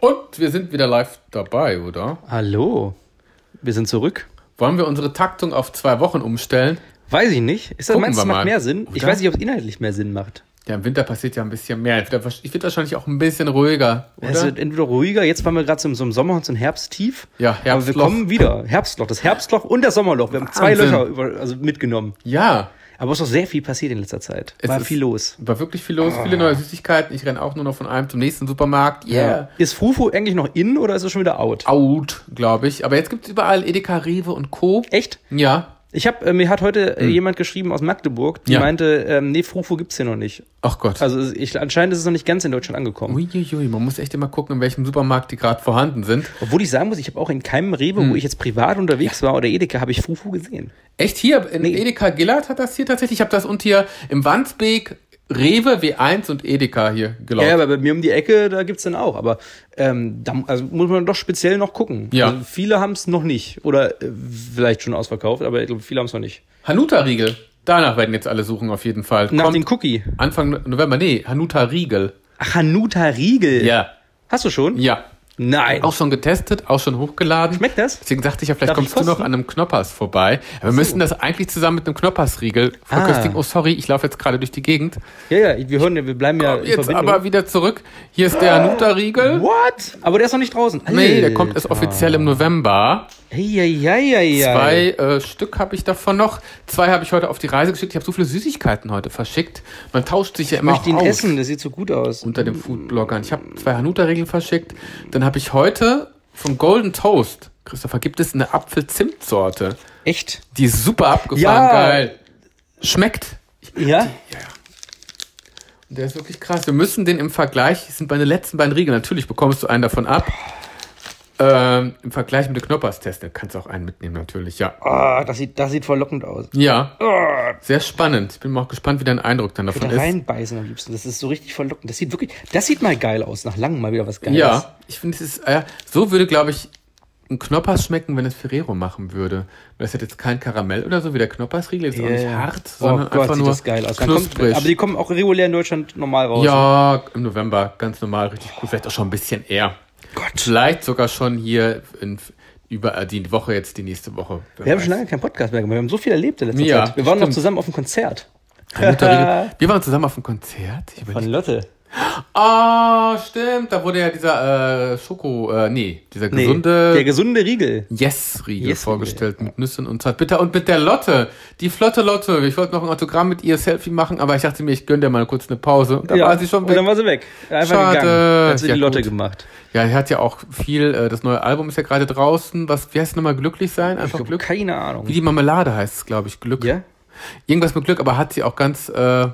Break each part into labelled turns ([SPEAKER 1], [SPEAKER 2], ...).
[SPEAKER 1] Und wir sind wieder live dabei, oder?
[SPEAKER 2] Hallo, wir sind zurück.
[SPEAKER 1] Wollen wir unsere Taktung auf zwei Wochen umstellen?
[SPEAKER 2] Weiß ich nicht. Ist das
[SPEAKER 1] Gucken
[SPEAKER 2] meinst du,
[SPEAKER 1] wir
[SPEAKER 2] es macht
[SPEAKER 1] mal,
[SPEAKER 2] mehr Sinn? Ich
[SPEAKER 1] oder?
[SPEAKER 2] weiß nicht, ob es inhaltlich mehr Sinn macht.
[SPEAKER 1] Ja, im Winter passiert ja ein bisschen mehr. Ich werde- Ich werde wahrscheinlich auch ein bisschen ruhiger, oder?
[SPEAKER 2] Es wird entweder ruhiger, jetzt waren wir gerade so, im- so im Sommer und so ein Herbsttief.
[SPEAKER 1] Ja,
[SPEAKER 2] Aber wir
[SPEAKER 1] Herbstloch.
[SPEAKER 2] kommen wieder. Herbstloch, das Herbstloch und das Sommerloch. Wir haben zwei
[SPEAKER 1] Wahnsinn.
[SPEAKER 2] Löcher über, also mitgenommen.
[SPEAKER 1] ja.
[SPEAKER 2] Aber es ist auch sehr viel passiert in letzter Zeit.
[SPEAKER 1] es
[SPEAKER 2] War
[SPEAKER 1] ist-
[SPEAKER 2] viel los.
[SPEAKER 1] War wirklich viel los,
[SPEAKER 2] Ah.
[SPEAKER 1] viele neue Süßigkeiten. Ich renne auch nur noch von einem zum nächsten Supermarkt. Yeah.
[SPEAKER 2] Ist Fufu eigentlich noch in oder ist es schon wieder out?
[SPEAKER 1] Out, glaube ich. Aber jetzt gibt es überall Edeka, Rewe und Co.
[SPEAKER 2] Echt?
[SPEAKER 1] Ja.
[SPEAKER 2] Ich hab, äh, mir hat heute äh, jemand geschrieben aus Magdeburg, die
[SPEAKER 1] Hm. Ja.
[SPEAKER 2] meinte, ähm, nee, Fufu gibt's hier noch nicht.
[SPEAKER 1] Ach Gott.
[SPEAKER 2] Also ich, anscheinend ist es noch nicht ganz in Deutschland angekommen.
[SPEAKER 1] Uiuiui, man muss echt immer gucken, in welchem Supermarkt die gerade vorhanden sind.
[SPEAKER 2] Obwohl ich sagen muss, ich habe auch in keinem Rewe,
[SPEAKER 1] Hm.
[SPEAKER 2] wo ich jetzt privat unterwegs war oder Edeka, habe ich Fufu gesehen.
[SPEAKER 1] Echt hier, in Edeka Gillard hat das hier tatsächlich. Ich habe das und hier im Wandsbek, Rewe, W1 und Edeka hier gelaufen.
[SPEAKER 2] Ja, aber bei mir um die Ecke, da gibt's dann auch. Aber ähm, da mu- also muss man doch speziell noch gucken.
[SPEAKER 1] Ja.
[SPEAKER 2] Also viele haben's noch nicht. Oder äh, vielleicht schon ausverkauft, aber ich glaube, viele haben's noch nicht.
[SPEAKER 1] Hanuta Riegel. Danach werden jetzt alle suchen auf jeden Fall.
[SPEAKER 2] Nach
[SPEAKER 1] Kommt
[SPEAKER 2] dem Cookie.
[SPEAKER 1] Anfang November. Nee, Hanuta Riegel.
[SPEAKER 2] Ach, Hanuta Riegel.
[SPEAKER 1] Ja.
[SPEAKER 2] Hast du schon?
[SPEAKER 1] Ja.
[SPEAKER 2] Nein.
[SPEAKER 1] Auch schon getestet, auch schon hochgeladen.
[SPEAKER 2] Schmeckt das?
[SPEAKER 1] Deswegen dachte ich ja, vielleicht
[SPEAKER 2] Darf ich
[SPEAKER 1] kommst du noch
[SPEAKER 2] kosten?
[SPEAKER 1] an einem Knoppers vorbei. Wir müssen das eigentlich zusammen mit einem Knoppersriegel verköstigen.
[SPEAKER 2] Ah.
[SPEAKER 1] Oh, sorry, ich laufe jetzt gerade durch die Gegend.
[SPEAKER 2] Ja, ja, ich- wir hören, ja, wir bleiben ja in
[SPEAKER 1] Jetzt
[SPEAKER 2] Verbindung. Ah.
[SPEAKER 1] aber wieder zurück. Hier ist der Hanuta Riegel.
[SPEAKER 2] What? Aber der ist noch nicht draußen.
[SPEAKER 1] Nee, der kommt erst offiziell im November.
[SPEAKER 2] Eieieiei.
[SPEAKER 1] Zwei äh, Stück habe ich davon noch. Zwei habe ich heute auf die Reise geschickt. Ich habe so viele Süßigkeiten heute verschickt. Man tauscht sich ja
[SPEAKER 2] Ich
[SPEAKER 1] immer
[SPEAKER 2] möchte ihn
[SPEAKER 1] auch aus
[SPEAKER 2] essen, das sieht so gut aus.
[SPEAKER 1] unter den Foodbloggern. Ich habe zwei Hanuta-Regeln verschickt. Dann habe ich heute von Golden Toast, Christopher, gibt es eine Apfel-Zimt-Sorte.
[SPEAKER 2] Echt?
[SPEAKER 1] Die ist super abgefahren,
[SPEAKER 2] Ja.
[SPEAKER 1] geil. Schmeckt.
[SPEAKER 2] Ja?
[SPEAKER 1] Der ist wirklich krass. Wir müssen den im Vergleich, das sind meine letzten beiden Riegel. Natürlich bekommst du einen davon ab. Ähm, Im Vergleich mit dem Knoppers-Test, da kannst du auch einen mitnehmen, natürlich, ja.
[SPEAKER 2] Ah, das, sieht, das sieht verlockend aus.
[SPEAKER 1] Ja. Sehr spannend. Ich bin mal auch gespannt, wie dein Eindruck dann davon
[SPEAKER 2] Da
[SPEAKER 1] ist.
[SPEAKER 2] reinbeißen am liebsten. Das ist so richtig verlockend. Das sieht wirklich, das sieht mal geil aus. Nach langem mal wieder was Geiles.
[SPEAKER 1] Ja, ich finde, es ist, äh, so würde, glaube ich, ein Knoppers schmecken, wenn es Ferrero machen würde. Weil es hat jetzt kein Karamell oder so, wie der Knoppersriegel, ist
[SPEAKER 2] Yeah.
[SPEAKER 1] auch nicht hart,
[SPEAKER 2] Oh
[SPEAKER 1] sondern
[SPEAKER 2] Gott,
[SPEAKER 1] einfach
[SPEAKER 2] sieht
[SPEAKER 1] nur
[SPEAKER 2] das geil aus. Dann kommt,
[SPEAKER 1] knusprig.
[SPEAKER 2] aber die kommen auch regulär in Deutschland normal raus.
[SPEAKER 1] ja, im November, ganz normal, richtig cool. Vielleicht auch schon ein bisschen eher.
[SPEAKER 2] Gott.
[SPEAKER 1] Vielleicht sogar schon hier in, über äh, die Woche jetzt, die nächste Woche.
[SPEAKER 2] Wir haben schon lange keinen Podcast mehr gemacht. Wir haben so viel erlebt in letzter
[SPEAKER 1] Ja,
[SPEAKER 2] Zeit. Wir waren noch
[SPEAKER 1] stimmt.
[SPEAKER 2] zusammen auf dem Konzert.
[SPEAKER 1] lange. Wir waren zusammen auf dem Konzert. Ich überleg-
[SPEAKER 2] Von Lotte.
[SPEAKER 1] Ah, stimmt. Da wurde ja dieser äh, Schoko, äh, nee, dieser
[SPEAKER 2] Nee,
[SPEAKER 1] gesunde
[SPEAKER 2] Der gesunde Riegel.
[SPEAKER 1] Yes-Riegel
[SPEAKER 2] Yes-Riegel.
[SPEAKER 1] vorgestellt mit Nüssen und Zartbitter und mit der Lotte, die flotte Lotte. Ich wollte noch ein Autogramm mit ihr Selfie machen, aber ich dachte mir, ich gönne dir mal kurz eine Pause. Und da war sie schon
[SPEAKER 2] Und dann
[SPEAKER 1] weg.
[SPEAKER 2] war sie weg. Einfach
[SPEAKER 1] Schade.
[SPEAKER 2] gegangen. Hat sie
[SPEAKER 1] Ja,
[SPEAKER 2] die Lotte
[SPEAKER 1] gut.
[SPEAKER 2] gemacht.
[SPEAKER 1] Ja, er hat ja auch viel, äh, das neue Album ist ja gerade draußen. Was, wie heißt es nochmal? Glücklich sein? Einfach
[SPEAKER 2] Ich hab
[SPEAKER 1] Glück?
[SPEAKER 2] keine
[SPEAKER 1] Wie
[SPEAKER 2] Ahnung.
[SPEAKER 1] die Marmelade heißt es, glaube ich. Glück.
[SPEAKER 2] Ja?
[SPEAKER 1] Irgendwas mit Glück, aber hat sie auch ganz äh,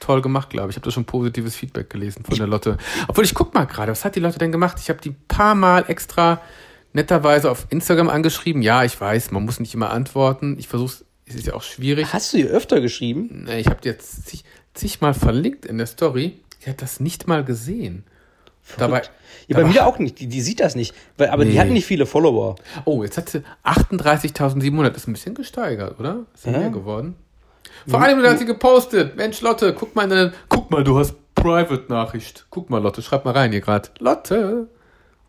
[SPEAKER 1] toll gemacht, glaube ich. Ich habe da schon positives Feedback gelesen von der Lotte. Obwohl, ich guck mal gerade, was hat die Lotte denn gemacht? Ich habe die paar Mal extra netterweise auf Instagram angeschrieben. Ja, ich weiß, man muss nicht immer antworten. Ich versuche es, ist ja auch schwierig.
[SPEAKER 2] Hast du ihr öfter geschrieben?
[SPEAKER 1] Nee, Ich habe die jetzt zig, zigmal verlinkt in der Story. Die hat das nicht mal gesehen. Dabei,
[SPEAKER 2] Ja, bei
[SPEAKER 1] dabei-
[SPEAKER 2] mir auch nicht. Die, die sieht das nicht. Weil, aber
[SPEAKER 1] Nee.
[SPEAKER 2] die hatten nicht viele Follower.
[SPEAKER 1] Oh, jetzt hat sie 38.700. Ist ein bisschen gesteigert, oder? Ist ja.
[SPEAKER 2] Ja.
[SPEAKER 1] mehr geworden. Vor allem, da hat sie gepostet. Mensch, Lotte, guck mal in deine. Guck mal, du hast Private-Nachricht. Guck mal, Lotte, schreib mal rein hier gerade. Lotte,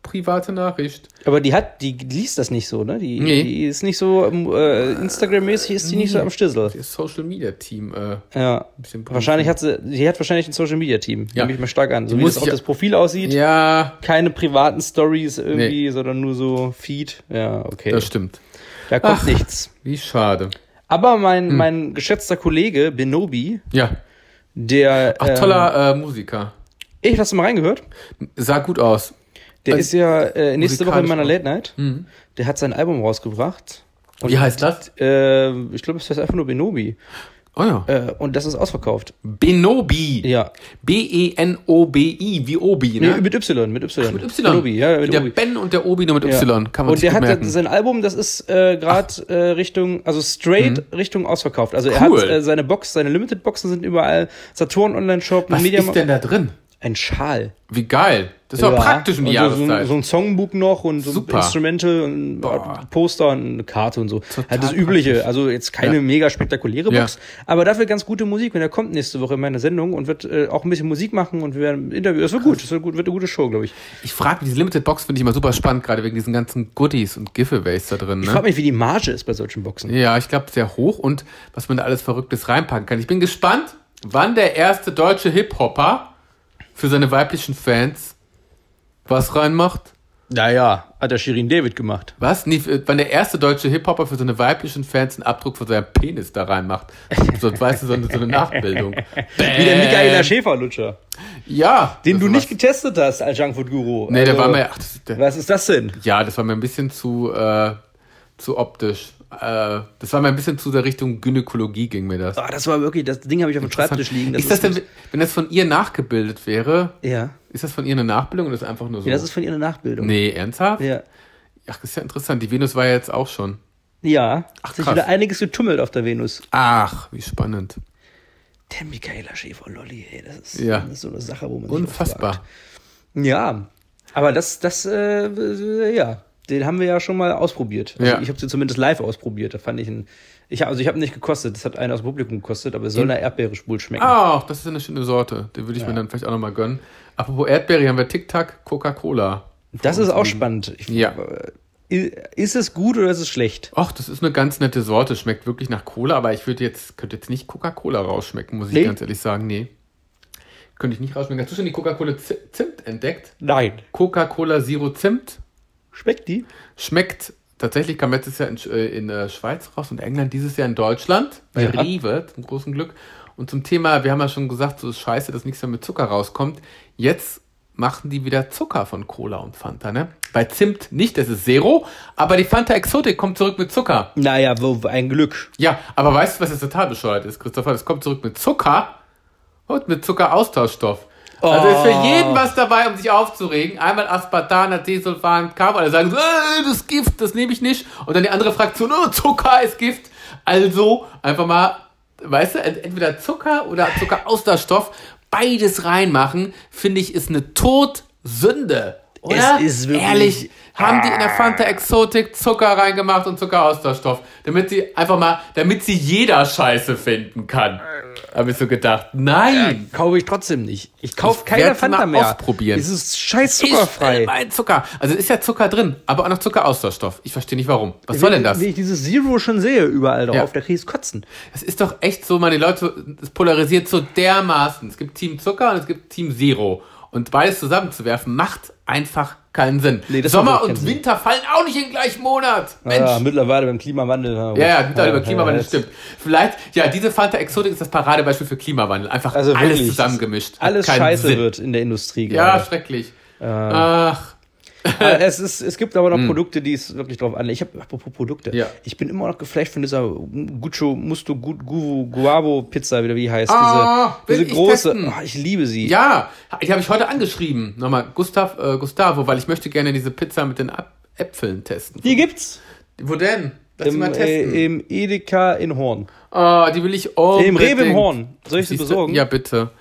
[SPEAKER 1] private Nachricht.
[SPEAKER 2] Aber die hat, die liest das nicht so, ne? Die,
[SPEAKER 1] Nee.
[SPEAKER 2] die ist nicht so ähm, äh, Instagram-mäßig ist die nicht so am Stissel.
[SPEAKER 1] Das Social-Media-Team. Äh,
[SPEAKER 2] Ja.
[SPEAKER 1] bisschen bremsen.
[SPEAKER 2] Wahrscheinlich hat sie, die hat wahrscheinlich ein Social Media Team.
[SPEAKER 1] Ja.
[SPEAKER 2] Nehme ich mal stark an. So wie
[SPEAKER 1] muss
[SPEAKER 2] das auch
[SPEAKER 1] ich-
[SPEAKER 2] das Profil aussieht.
[SPEAKER 1] ja,
[SPEAKER 2] Keine privaten Stories irgendwie, sondern nur so Feed. Ja, okay.
[SPEAKER 1] das stimmt.
[SPEAKER 2] da kommt
[SPEAKER 1] Ach. Hm.
[SPEAKER 2] nichts.
[SPEAKER 1] Wie schade.
[SPEAKER 2] Aber mein, mein geschätzter Kollege Benobi,
[SPEAKER 1] Ja.
[SPEAKER 2] der.
[SPEAKER 1] Ach,
[SPEAKER 2] ähm,
[SPEAKER 1] toller äh, Musiker.
[SPEAKER 2] Ich, hast du mal reingehört?
[SPEAKER 1] Sah gut aus.
[SPEAKER 2] Der
[SPEAKER 1] Also,
[SPEAKER 2] ist ja äh, nächste Woche in meiner
[SPEAKER 1] musikalisch Mhm.
[SPEAKER 2] Late Night. Der hat sein Album rausgebracht.
[SPEAKER 1] Wie heißt das?
[SPEAKER 2] Äh, ich glaube, es heißt einfach nur Benobi.
[SPEAKER 1] Oh ja.
[SPEAKER 2] Äh, und das ist ausverkauft.
[SPEAKER 1] Benobi. E
[SPEAKER 2] Ja.
[SPEAKER 1] B-E-N-O-B-I. Wie Obi, ne?
[SPEAKER 2] Nee, mit Y, mit Y.
[SPEAKER 1] Mit Y.
[SPEAKER 2] Obi, ja, mit
[SPEAKER 1] der
[SPEAKER 2] Obi.
[SPEAKER 1] Ben und der Obi nur mit
[SPEAKER 2] Ja.
[SPEAKER 1] Y. Kann man
[SPEAKER 2] Und
[SPEAKER 1] sich
[SPEAKER 2] der
[SPEAKER 1] gut
[SPEAKER 2] hat
[SPEAKER 1] merken.
[SPEAKER 2] sein Album, das ist äh, gerade äh, Richtung, also straight Richtung ausverkauft. Also er
[SPEAKER 1] Mhm. Cool.
[SPEAKER 2] hat äh, seine Box, seine Limited Boxen sind überall, Saturn Online Shop,
[SPEAKER 1] Was
[SPEAKER 2] Media
[SPEAKER 1] ist denn da drin?
[SPEAKER 2] ein Schal.
[SPEAKER 1] Wie geil. Das ist aber
[SPEAKER 2] Ja.
[SPEAKER 1] praktisch in die
[SPEAKER 2] Und so, so, ein-
[SPEAKER 1] Jahreszeit.
[SPEAKER 2] so ein Songbook noch und so
[SPEAKER 1] Super.
[SPEAKER 2] ein Instrumental und
[SPEAKER 1] Boah.
[SPEAKER 2] ein Poster und eine Karte und so. halt das Übliche. Also jetzt keine
[SPEAKER 1] Ja.
[SPEAKER 2] mega spektakuläre
[SPEAKER 1] Ja.
[SPEAKER 2] Box, aber dafür ganz gute Musik. Und er kommt nächste Woche in meine Sendung und wird äh, auch ein bisschen Musik machen und wir werden Interview. Das wird gut. Das wird, gut, wird eine gute Show, glaube ich.
[SPEAKER 1] Ich frage mich, diese Limited Box finde ich immer super spannend, gerade wegen diesen ganzen Goodies und Giveaways da drin.
[SPEAKER 2] Ich
[SPEAKER 1] Ne?
[SPEAKER 2] frage mich, wie die Marge ist bei solchen Boxen.
[SPEAKER 1] Ja, ich glaube sehr hoch und was man da alles Verrücktes reinpacken kann. Ich bin gespannt, wann der erste deutsche Hip-Hopper für seine weiblichen Fans was reinmacht.
[SPEAKER 2] Naja, hat der Shirin David gemacht.
[SPEAKER 1] Was? Nee, äh, wann der erste deutsche Hip-Hopper für seine weiblichen Fans einen Abdruck von seinem Penis da reinmacht. So, weißt du, so eine, so eine Nachbildung.
[SPEAKER 2] Wie der Michaela Schäfer-Lutscher.
[SPEAKER 1] Ja.
[SPEAKER 2] Den
[SPEAKER 1] das
[SPEAKER 2] du
[SPEAKER 1] war-
[SPEAKER 2] nicht getestet hast als Junkfood-Guru.
[SPEAKER 1] Nee, der
[SPEAKER 2] Also,
[SPEAKER 1] war mir. Ach, das, der,
[SPEAKER 2] Was ist das denn?
[SPEAKER 1] Ja, das war mir ein bisschen zu, äh, zu optisch. Äh, das war mir ein bisschen zu der Richtung Gynäkologie ging mir das.
[SPEAKER 2] Ah, das war wirklich, das Ding habe ich auf dem Schreibtisch liegen.
[SPEAKER 1] ist das denn, wenn das von ihr nachgebildet wäre,
[SPEAKER 2] Ja.
[SPEAKER 1] ist das von ihr eine Nachbildung oder ist das einfach nur so?
[SPEAKER 2] Ja, das ist von ihr eine Nachbildung.
[SPEAKER 1] nee, ernsthaft?
[SPEAKER 2] Ja.
[SPEAKER 1] Ach, das ist ja interessant. Die Venus war ja jetzt auch schon.
[SPEAKER 2] Ja.
[SPEAKER 1] Ach,
[SPEAKER 2] Ach, sich
[SPEAKER 1] krass.
[SPEAKER 2] wieder einiges getummelt auf der Venus.
[SPEAKER 1] Ach, wie spannend.
[SPEAKER 2] Der Michaela Schäfer-Lolli, ey, das ist,
[SPEAKER 1] Ja.
[SPEAKER 2] das ist so eine Sache, wo man sich
[SPEAKER 1] Unfassbar.
[SPEAKER 2] fragt. Ja. Aber das, das, äh, äh, ja. Den haben wir ja schon mal ausprobiert. Also
[SPEAKER 1] Ja.
[SPEAKER 2] Ich habe sie zumindest live ausprobiert. Da fand ich ein. Ich, hab- also ich habe nicht gekostet. Das hat einer aus dem Publikum gekostet, aber es
[SPEAKER 1] Mhm.
[SPEAKER 2] soll eine Erdbeere schwul schmecken.
[SPEAKER 1] Ach, das ist eine schöne Sorte. Den würde ich mir dann vielleicht auch nochmal gönnen. Apropos Erdbeere, haben wir Tic-Tac, Coca-Cola.
[SPEAKER 2] das ist auch spannend. Ich,
[SPEAKER 1] Ja.
[SPEAKER 2] Ist, ist es gut oder ist es schlecht?
[SPEAKER 1] Ach, das ist eine ganz nette Sorte. Schmeckt wirklich nach Cola, aber ich würde jetzt, könnte jetzt nicht Coca-Cola rausschmecken, muss ich
[SPEAKER 2] Nee?
[SPEAKER 1] ganz ehrlich sagen. Nee. Könnte ich nicht rausschmecken. Hast du schon die Coca-Cola Z- Zimt entdeckt?
[SPEAKER 2] Nein.
[SPEAKER 1] Coca-Cola Zero Zimt
[SPEAKER 2] Schmeckt die?
[SPEAKER 1] schmeckt tatsächlich, kam letztes Jahr in, Sch- äh, in äh, Schweiz raus und England, dieses Jahr in Deutschland, bei
[SPEAKER 2] Ja.
[SPEAKER 1] Rewe, zum großen Glück. Und zum Thema, wir haben ja schon gesagt, so ist scheiße, dass nichts mehr mit Zucker rauskommt. Jetzt machen die wieder Zucker von Cola und Fanta, ne? Bei Zimt nicht, das ist Zero, aber die Fanta Exotik kommt zurück mit Zucker.
[SPEAKER 2] Naja, wo, ein Glück.
[SPEAKER 1] Ja, aber weißt du, was jetzt total bescheuert ist, Christopher? Das kommt zurück mit Zucker und mit Zuckeraustauschstoff. Also ist
[SPEAKER 2] Oh.
[SPEAKER 1] für jeden was dabei, um sich aufzuregen. Einmal Aspartan, Acesulfan, Carbon. Alle sagen so, äh, das ist Gift, das nehme ich nicht. Und dann die andere Fraktion, oh, Zucker ist Gift. Also einfach mal, weißt du, ent- entweder Zucker oder Zuckeraustauschstoff, beides reinmachen, finde ich, ist eine Todsünde. Oder?
[SPEAKER 2] Es ist wirklich-
[SPEAKER 1] Ehrlich, haben die in
[SPEAKER 2] Ah.
[SPEAKER 1] der Fanta Exotik Zucker reingemacht und Zuckeraustauschstoff, damit sie einfach mal, damit sie jeder Scheiße finden kann. Habe ich so gedacht. Nein!
[SPEAKER 2] Kaufe ich trotzdem nicht. Ich kaufe
[SPEAKER 1] Ich
[SPEAKER 2] keine
[SPEAKER 1] werd's mal
[SPEAKER 2] Fanta mehr.
[SPEAKER 1] ausprobieren.
[SPEAKER 2] Es ist scheiß
[SPEAKER 1] Ich will
[SPEAKER 2] zuckerfrei.
[SPEAKER 1] mein Zucker. Also ist ja Zucker drin, aber auch noch Zuckeraustauschstoff. Ich verstehe nicht warum. Was soll denn das?
[SPEAKER 2] Wie ich dieses Zero schon sehe überall drauf, da kriege ich kotzen.
[SPEAKER 1] Das ist doch echt so, meine Leute, es polarisiert so dermaßen. Es gibt Team Zucker und es gibt Team Zero. Und beides zusammenzuwerfen macht einfach keinen Sinn.
[SPEAKER 2] Nee, das
[SPEAKER 1] Sommer
[SPEAKER 2] macht
[SPEAKER 1] und
[SPEAKER 2] keinen Sinn.
[SPEAKER 1] Winter fallen auch nicht im gleichen Monat. Mensch.
[SPEAKER 2] Ja, Ah, mittlerweile beim Klimawandel.
[SPEAKER 1] Ja, ja, mittlerweile
[SPEAKER 2] Äh,
[SPEAKER 1] über Klimawandel stimmt. Vielleicht, ja, diese Fanta Exotik ist das Paradebeispiel für Klimawandel. Einfach
[SPEAKER 2] Also
[SPEAKER 1] alles
[SPEAKER 2] wirklich,
[SPEAKER 1] zusammengemischt. Hat
[SPEAKER 2] Alles
[SPEAKER 1] keinen
[SPEAKER 2] scheiße
[SPEAKER 1] Sinn.
[SPEAKER 2] wird Ähm. in der Industrie
[SPEAKER 1] Ja,
[SPEAKER 2] gerade.
[SPEAKER 1] schrecklich. Ach,
[SPEAKER 2] Aber es, ist, es gibt aber noch Produkte, die es wirklich drauf anlegen. Ich habe, apropos Produkte,
[SPEAKER 1] Hm. Ja.
[SPEAKER 2] ich bin immer noch geflasht von dieser Guccio Musto Gu- Guvo Guavo Pizza, wieder wie heißt.
[SPEAKER 1] Ah, will
[SPEAKER 2] diese
[SPEAKER 1] ich
[SPEAKER 2] diese große.
[SPEAKER 1] testen.
[SPEAKER 2] Ah, ich liebe sie.
[SPEAKER 1] ja, die habe ich heute angeschrieben. Nochmal, Gustav, äh, Gustavo, weil ich möchte gerne diese Pizza mit den Ap- Äpfeln testen.
[SPEAKER 2] Die gibt's
[SPEAKER 1] Wo denn? Lass die
[SPEAKER 2] im,
[SPEAKER 1] mal testen.
[SPEAKER 2] äh, im Edeka in Horn.
[SPEAKER 1] Oh, die will ich auch.
[SPEAKER 2] Im Rewe im Horn. Soll ich sie besorgen?
[SPEAKER 1] Ja, bitte.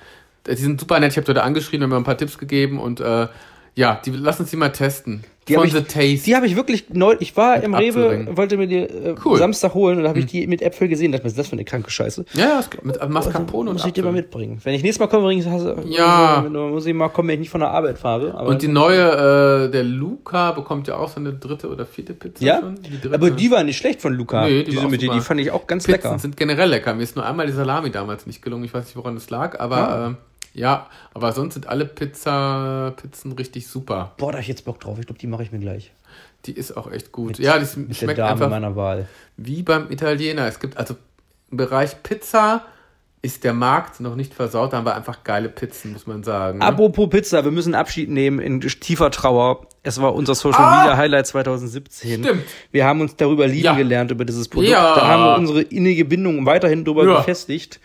[SPEAKER 1] Äh, Die sind super nett. Ich habe die heute angeschrieben, haben mir ein paar Tipps gegeben und äh, ja, die, lass uns die mal testen.
[SPEAKER 2] Die
[SPEAKER 1] Von
[SPEAKER 2] hab ich-
[SPEAKER 1] The Taste.
[SPEAKER 2] Die habe ich wirklich neu. Ich war im
[SPEAKER 1] Apfelring.
[SPEAKER 2] Rewe, wollte mir die äh,
[SPEAKER 1] Cool. Hm.
[SPEAKER 2] Samstag holen und da habe ich die mit Äpfel gesehen. Dachte mir, was ist das für eine kranke Scheiße? Also,
[SPEAKER 1] ja, ja, ist klar. mit äh, Mascarpone und
[SPEAKER 2] muss ich dir
[SPEAKER 1] Apfel.
[SPEAKER 2] mal mitbringen. Wenn ich nächstes Mal komme, bringe ich das.
[SPEAKER 1] Ja.
[SPEAKER 2] Muss ich mal kommen, wenn ich nicht von der Arbeit fahre. Aber
[SPEAKER 1] Und die neue, äh, der Luca bekommt ja auch seine dritte oder vierte Pizza
[SPEAKER 2] ja,
[SPEAKER 1] schon. dritte.
[SPEAKER 2] aber die war nicht schlecht von Luca.
[SPEAKER 1] Nee, die
[SPEAKER 2] die Diese
[SPEAKER 1] war auch
[SPEAKER 2] mit dir,
[SPEAKER 1] super.
[SPEAKER 2] die fand ich auch ganz
[SPEAKER 1] Pizzen
[SPEAKER 2] lecker.
[SPEAKER 1] sind generell lecker. Mir ist nur einmal die Salami damals nicht gelungen. Ich weiß nicht, woran es lag, aber
[SPEAKER 2] Ah.
[SPEAKER 1] ja, äh, ja aber sonst sind alle Pizza, Pizzen richtig super.
[SPEAKER 2] Boah, da hab ich jetzt Bock drauf. Ich glaube, die mache ich mir gleich.
[SPEAKER 1] Die ist auch echt gut. ja, die
[SPEAKER 2] Mit der
[SPEAKER 1] schmeckt
[SPEAKER 2] Dame
[SPEAKER 1] einfach
[SPEAKER 2] meiner Wahl.
[SPEAKER 1] wie beim Italiener. Es gibt also im Bereich Pizza ist der Markt noch nicht versaut, da haben wir einfach geile Pizzen, muss man sagen. ne?
[SPEAKER 2] Apropos Pizza, wir müssen Abschied nehmen in tiefer Trauer. Es war unser Social
[SPEAKER 1] Ah!
[SPEAKER 2] Media Highlight 2017.
[SPEAKER 1] Stimmt.
[SPEAKER 2] Wir haben uns darüber lieben
[SPEAKER 1] Ja.
[SPEAKER 2] gelernt, über dieses Produkt.
[SPEAKER 1] Ja.
[SPEAKER 2] Da haben wir unsere innige Bindung weiterhin drüber
[SPEAKER 1] Ja.
[SPEAKER 2] gefestigt.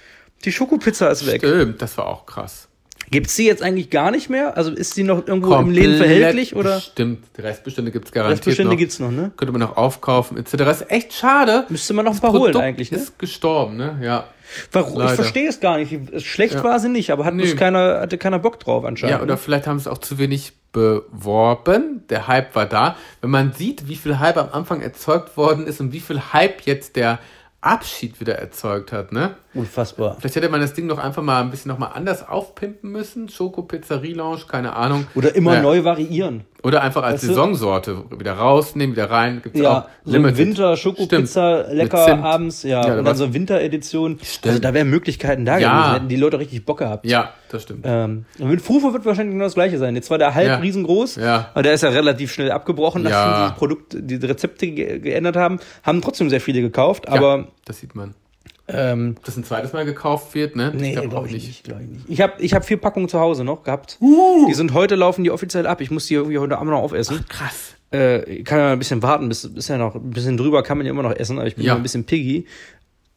[SPEAKER 2] Die Schokopizza ist weg.
[SPEAKER 1] Stimmt, das war auch krass.
[SPEAKER 2] Gibt's die jetzt eigentlich gar nicht mehr? Also ist die noch irgendwo im Leben verhältlich oder?
[SPEAKER 1] Stimmt, die Restbestände gibt es garantiert
[SPEAKER 2] Restbestände
[SPEAKER 1] noch.
[SPEAKER 2] gibt's noch, ne?
[SPEAKER 1] Könnte man noch aufkaufen, etc. ist echt schade.
[SPEAKER 2] Müsste man noch ein paar holen
[SPEAKER 1] Produkt
[SPEAKER 2] eigentlich, ne?
[SPEAKER 1] ist gestorben, ne? Ja.
[SPEAKER 2] Warum? Ich
[SPEAKER 1] leider.
[SPEAKER 2] verstehe es gar nicht. Die- Schlecht
[SPEAKER 1] Ja.
[SPEAKER 2] war sie nicht, aber hat
[SPEAKER 1] Nee.
[SPEAKER 2] bloß keiner, hatte keiner Bock drauf anscheinend. ne?
[SPEAKER 1] Ja, oder vielleicht haben sie es auch zu wenig beworben. Der Hype war da. Wenn man sieht, wie viel Hype am Anfang erzeugt worden ist und wie viel Hype jetzt der Abschied wieder erzeugt hat, ne?
[SPEAKER 2] Unfassbar.
[SPEAKER 1] Vielleicht hätte man das Ding doch einfach mal ein bisschen nochmal anders aufpimpen müssen. Schoko Pizzerie Lounge, keine Ahnung.
[SPEAKER 2] Oder immer
[SPEAKER 1] Naja,
[SPEAKER 2] neu variieren.
[SPEAKER 1] Oder einfach als
[SPEAKER 2] Weißt du?
[SPEAKER 1] Saisonsorte wieder rausnehmen, wieder rein. Gibt's
[SPEAKER 2] Ja,
[SPEAKER 1] auch
[SPEAKER 2] so im
[SPEAKER 1] Limited.
[SPEAKER 2] Winter Schokopizza,
[SPEAKER 1] Stimmt.
[SPEAKER 2] lecker
[SPEAKER 1] Mit Zimt.
[SPEAKER 2] abends, ja,
[SPEAKER 1] Ja, da
[SPEAKER 2] und dann
[SPEAKER 1] war's-
[SPEAKER 2] so Winteredition. Also da wären Möglichkeiten da
[SPEAKER 1] Ja.
[SPEAKER 2] gewesen, hätten die Leute richtig Bock gehabt.
[SPEAKER 1] Ja, das stimmt.
[SPEAKER 2] Ähm, und mit Frufo wird wahrscheinlich genau das gleiche sein. Jetzt war der halb
[SPEAKER 1] Ja.
[SPEAKER 2] riesengroß,
[SPEAKER 1] Ja.
[SPEAKER 2] aber der ist ja relativ schnell abgebrochen, nachdem
[SPEAKER 1] Ja.
[SPEAKER 2] die Produkt, die Rezepte ge geändert haben, haben trotzdem sehr viele gekauft, aber
[SPEAKER 1] ja, das sieht man.
[SPEAKER 2] ähm,
[SPEAKER 1] Ob das ein zweites Mal gekauft wird, ne?
[SPEAKER 2] nee,
[SPEAKER 1] glaub
[SPEAKER 2] glaube ich nicht. Glaub ich nicht. Uh. ich habe ich hab vier Packungen zu Hause noch gehabt. Die sind heute laufen die offiziell ab. Ich muss die irgendwie heute Abend noch aufessen.
[SPEAKER 1] Krass.
[SPEAKER 2] Äh, kann ja ein bisschen warten, bis, bis ja noch ein bisschen drüber kann man ja immer noch essen, aber ich bin
[SPEAKER 1] Ja.
[SPEAKER 2] immer ein bisschen piggy.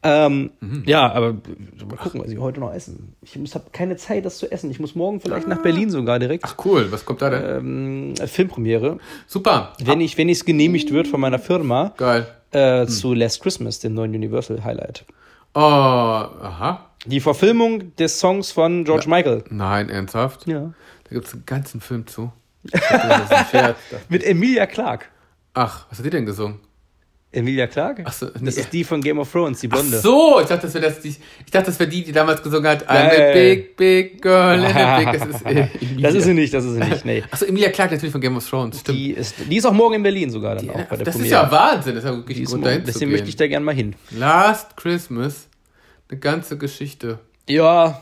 [SPEAKER 2] Ähm, Ja, aber mal gucken, was ich heute noch essen. Ich habe keine Zeit, das zu essen. Ich muss morgen vielleicht nach Berlin sogar direkt.
[SPEAKER 1] Ach cool, was kommt da denn?
[SPEAKER 2] ähm, Filmpremiere,
[SPEAKER 1] Super.
[SPEAKER 2] wenn ich wenn es genehmigt wird von meiner Firma
[SPEAKER 1] Geil.
[SPEAKER 2] äh, zu Last Christmas, dem neuen Universal Highlight.
[SPEAKER 1] Oh, aha.
[SPEAKER 2] Die Verfilmung des Songs von George Michael.
[SPEAKER 1] Nein, ernsthaft?
[SPEAKER 2] Ja.
[SPEAKER 1] Da gibt es einen ganzen Film zu. Ich dachte, das ist ein Scherz.
[SPEAKER 2] Mit Emilia Clarke.
[SPEAKER 1] Ach, was hat die denn gesungen?
[SPEAKER 2] Emilia Clarke?
[SPEAKER 1] Ach so, nee.
[SPEAKER 2] Das ist die von Game of Thrones, die
[SPEAKER 1] Ach
[SPEAKER 2] Blonde.
[SPEAKER 1] so, ich dachte, das wäre das, die, ich dachte, das wäre die, die damals gesungen hat. I'm
[SPEAKER 2] Nein.
[SPEAKER 1] a big, big girl in a big. Das ist äh, Emilia.
[SPEAKER 2] Das ist sie nicht, das ist sie nicht. Nee.
[SPEAKER 1] Achso, Emilia Clarke natürlich von Game of Thrones. Stimmt.
[SPEAKER 2] Die ist, die ist auch morgen in Berlin sogar dann auch bei der
[SPEAKER 1] das ist
[SPEAKER 2] Premiere.
[SPEAKER 1] ja Wahnsinn. Das ist ja wirklich
[SPEAKER 2] die
[SPEAKER 1] ein
[SPEAKER 2] ist
[SPEAKER 1] Grund,
[SPEAKER 2] morgen,
[SPEAKER 1] dahin zu
[SPEAKER 2] deswegen möchte ich
[SPEAKER 1] gehen.
[SPEAKER 2] da gerne mal hin.
[SPEAKER 1] Last Christmas. Eine ganze Geschichte.
[SPEAKER 2] Ja.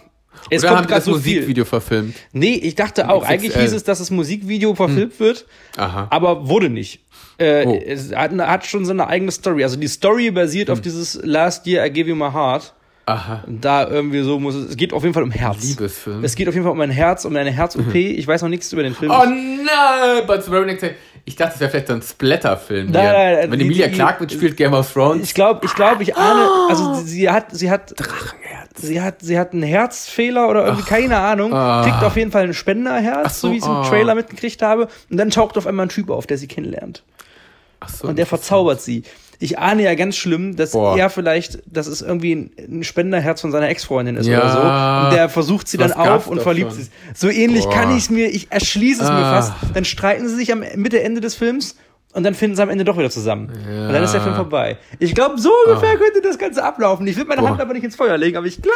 [SPEAKER 2] Es
[SPEAKER 1] Oder haben
[SPEAKER 2] kommt
[SPEAKER 1] die das
[SPEAKER 2] gerade so viel.
[SPEAKER 1] Musikvideo verfilmt?
[SPEAKER 2] Nee, ich dachte auch. Eigentlich
[SPEAKER 1] XXL.
[SPEAKER 2] hieß es, dass das Musikvideo verfilmt wird.
[SPEAKER 1] Aha.
[SPEAKER 2] aber wurde nicht. Äh,
[SPEAKER 1] Hm. Oh.
[SPEAKER 2] Es hat, eine- hat schon seine eigene Story. Also die Story basiert
[SPEAKER 1] Hm.
[SPEAKER 2] auf dieses Last Year I Gave You My Heart.
[SPEAKER 1] Aha.
[SPEAKER 2] Und Da irgendwie so muss es. Es geht auf jeden Fall um Herz.
[SPEAKER 1] Liebesfilm.
[SPEAKER 2] Es geht auf jeden Fall um ein Herz, um eine Herz-OP. Ich weiß noch nichts über den Film.
[SPEAKER 1] Mhm. Oh nein, but the very next day. Ich dachte, es wäre vielleicht so ein Splatter-Film.
[SPEAKER 2] Nein,
[SPEAKER 1] hier.
[SPEAKER 2] nein, nein,
[SPEAKER 1] Wenn
[SPEAKER 2] die-
[SPEAKER 1] Emilia
[SPEAKER 2] die-
[SPEAKER 1] Clarke mitspielt, Game of Thrones.
[SPEAKER 2] ich glaube, ich glaube, ich ahne. Also sie- sie hat, sie hat, sie hat, sie hat einen Herzfehler oder irgendwie keine Ahnung.
[SPEAKER 1] Ah.
[SPEAKER 2] Kriegt auf jeden Fall ein Spenderherz, so,
[SPEAKER 1] so,
[SPEAKER 2] wie ich es im
[SPEAKER 1] ah.
[SPEAKER 2] Trailer mitgekriegt habe. Und dann taucht auf einmal ein Typ auf, der sie kennenlernt.
[SPEAKER 1] Ach so,
[SPEAKER 2] Und der verzaubert sie. Ich ahne ja ganz schlimm, dass
[SPEAKER 1] Boah.
[SPEAKER 2] er vielleicht, dass es irgendwie ein, ein Spenderherz von seiner Ex-Freundin ist
[SPEAKER 1] Ja.
[SPEAKER 2] oder so. Und der versucht sie
[SPEAKER 1] Was
[SPEAKER 2] dann auf
[SPEAKER 1] gab's
[SPEAKER 2] und
[SPEAKER 1] doch
[SPEAKER 2] verliebt
[SPEAKER 1] schon?
[SPEAKER 2] sie. So ähnlich
[SPEAKER 1] Boah.
[SPEAKER 2] kann ich es mir, ich erschließe es mir
[SPEAKER 1] Ah.
[SPEAKER 2] fast. Dann streiten sie sich am Mitte, Ende des Films und dann finden sie am Ende doch wieder zusammen. Und dann ist der Film vorbei. Ich glaube, so
[SPEAKER 1] Ah.
[SPEAKER 2] ungefähr könnte das Ganze ablaufen. Ich will meine Hand aber nicht ins Feuer legen, aber ich glaube,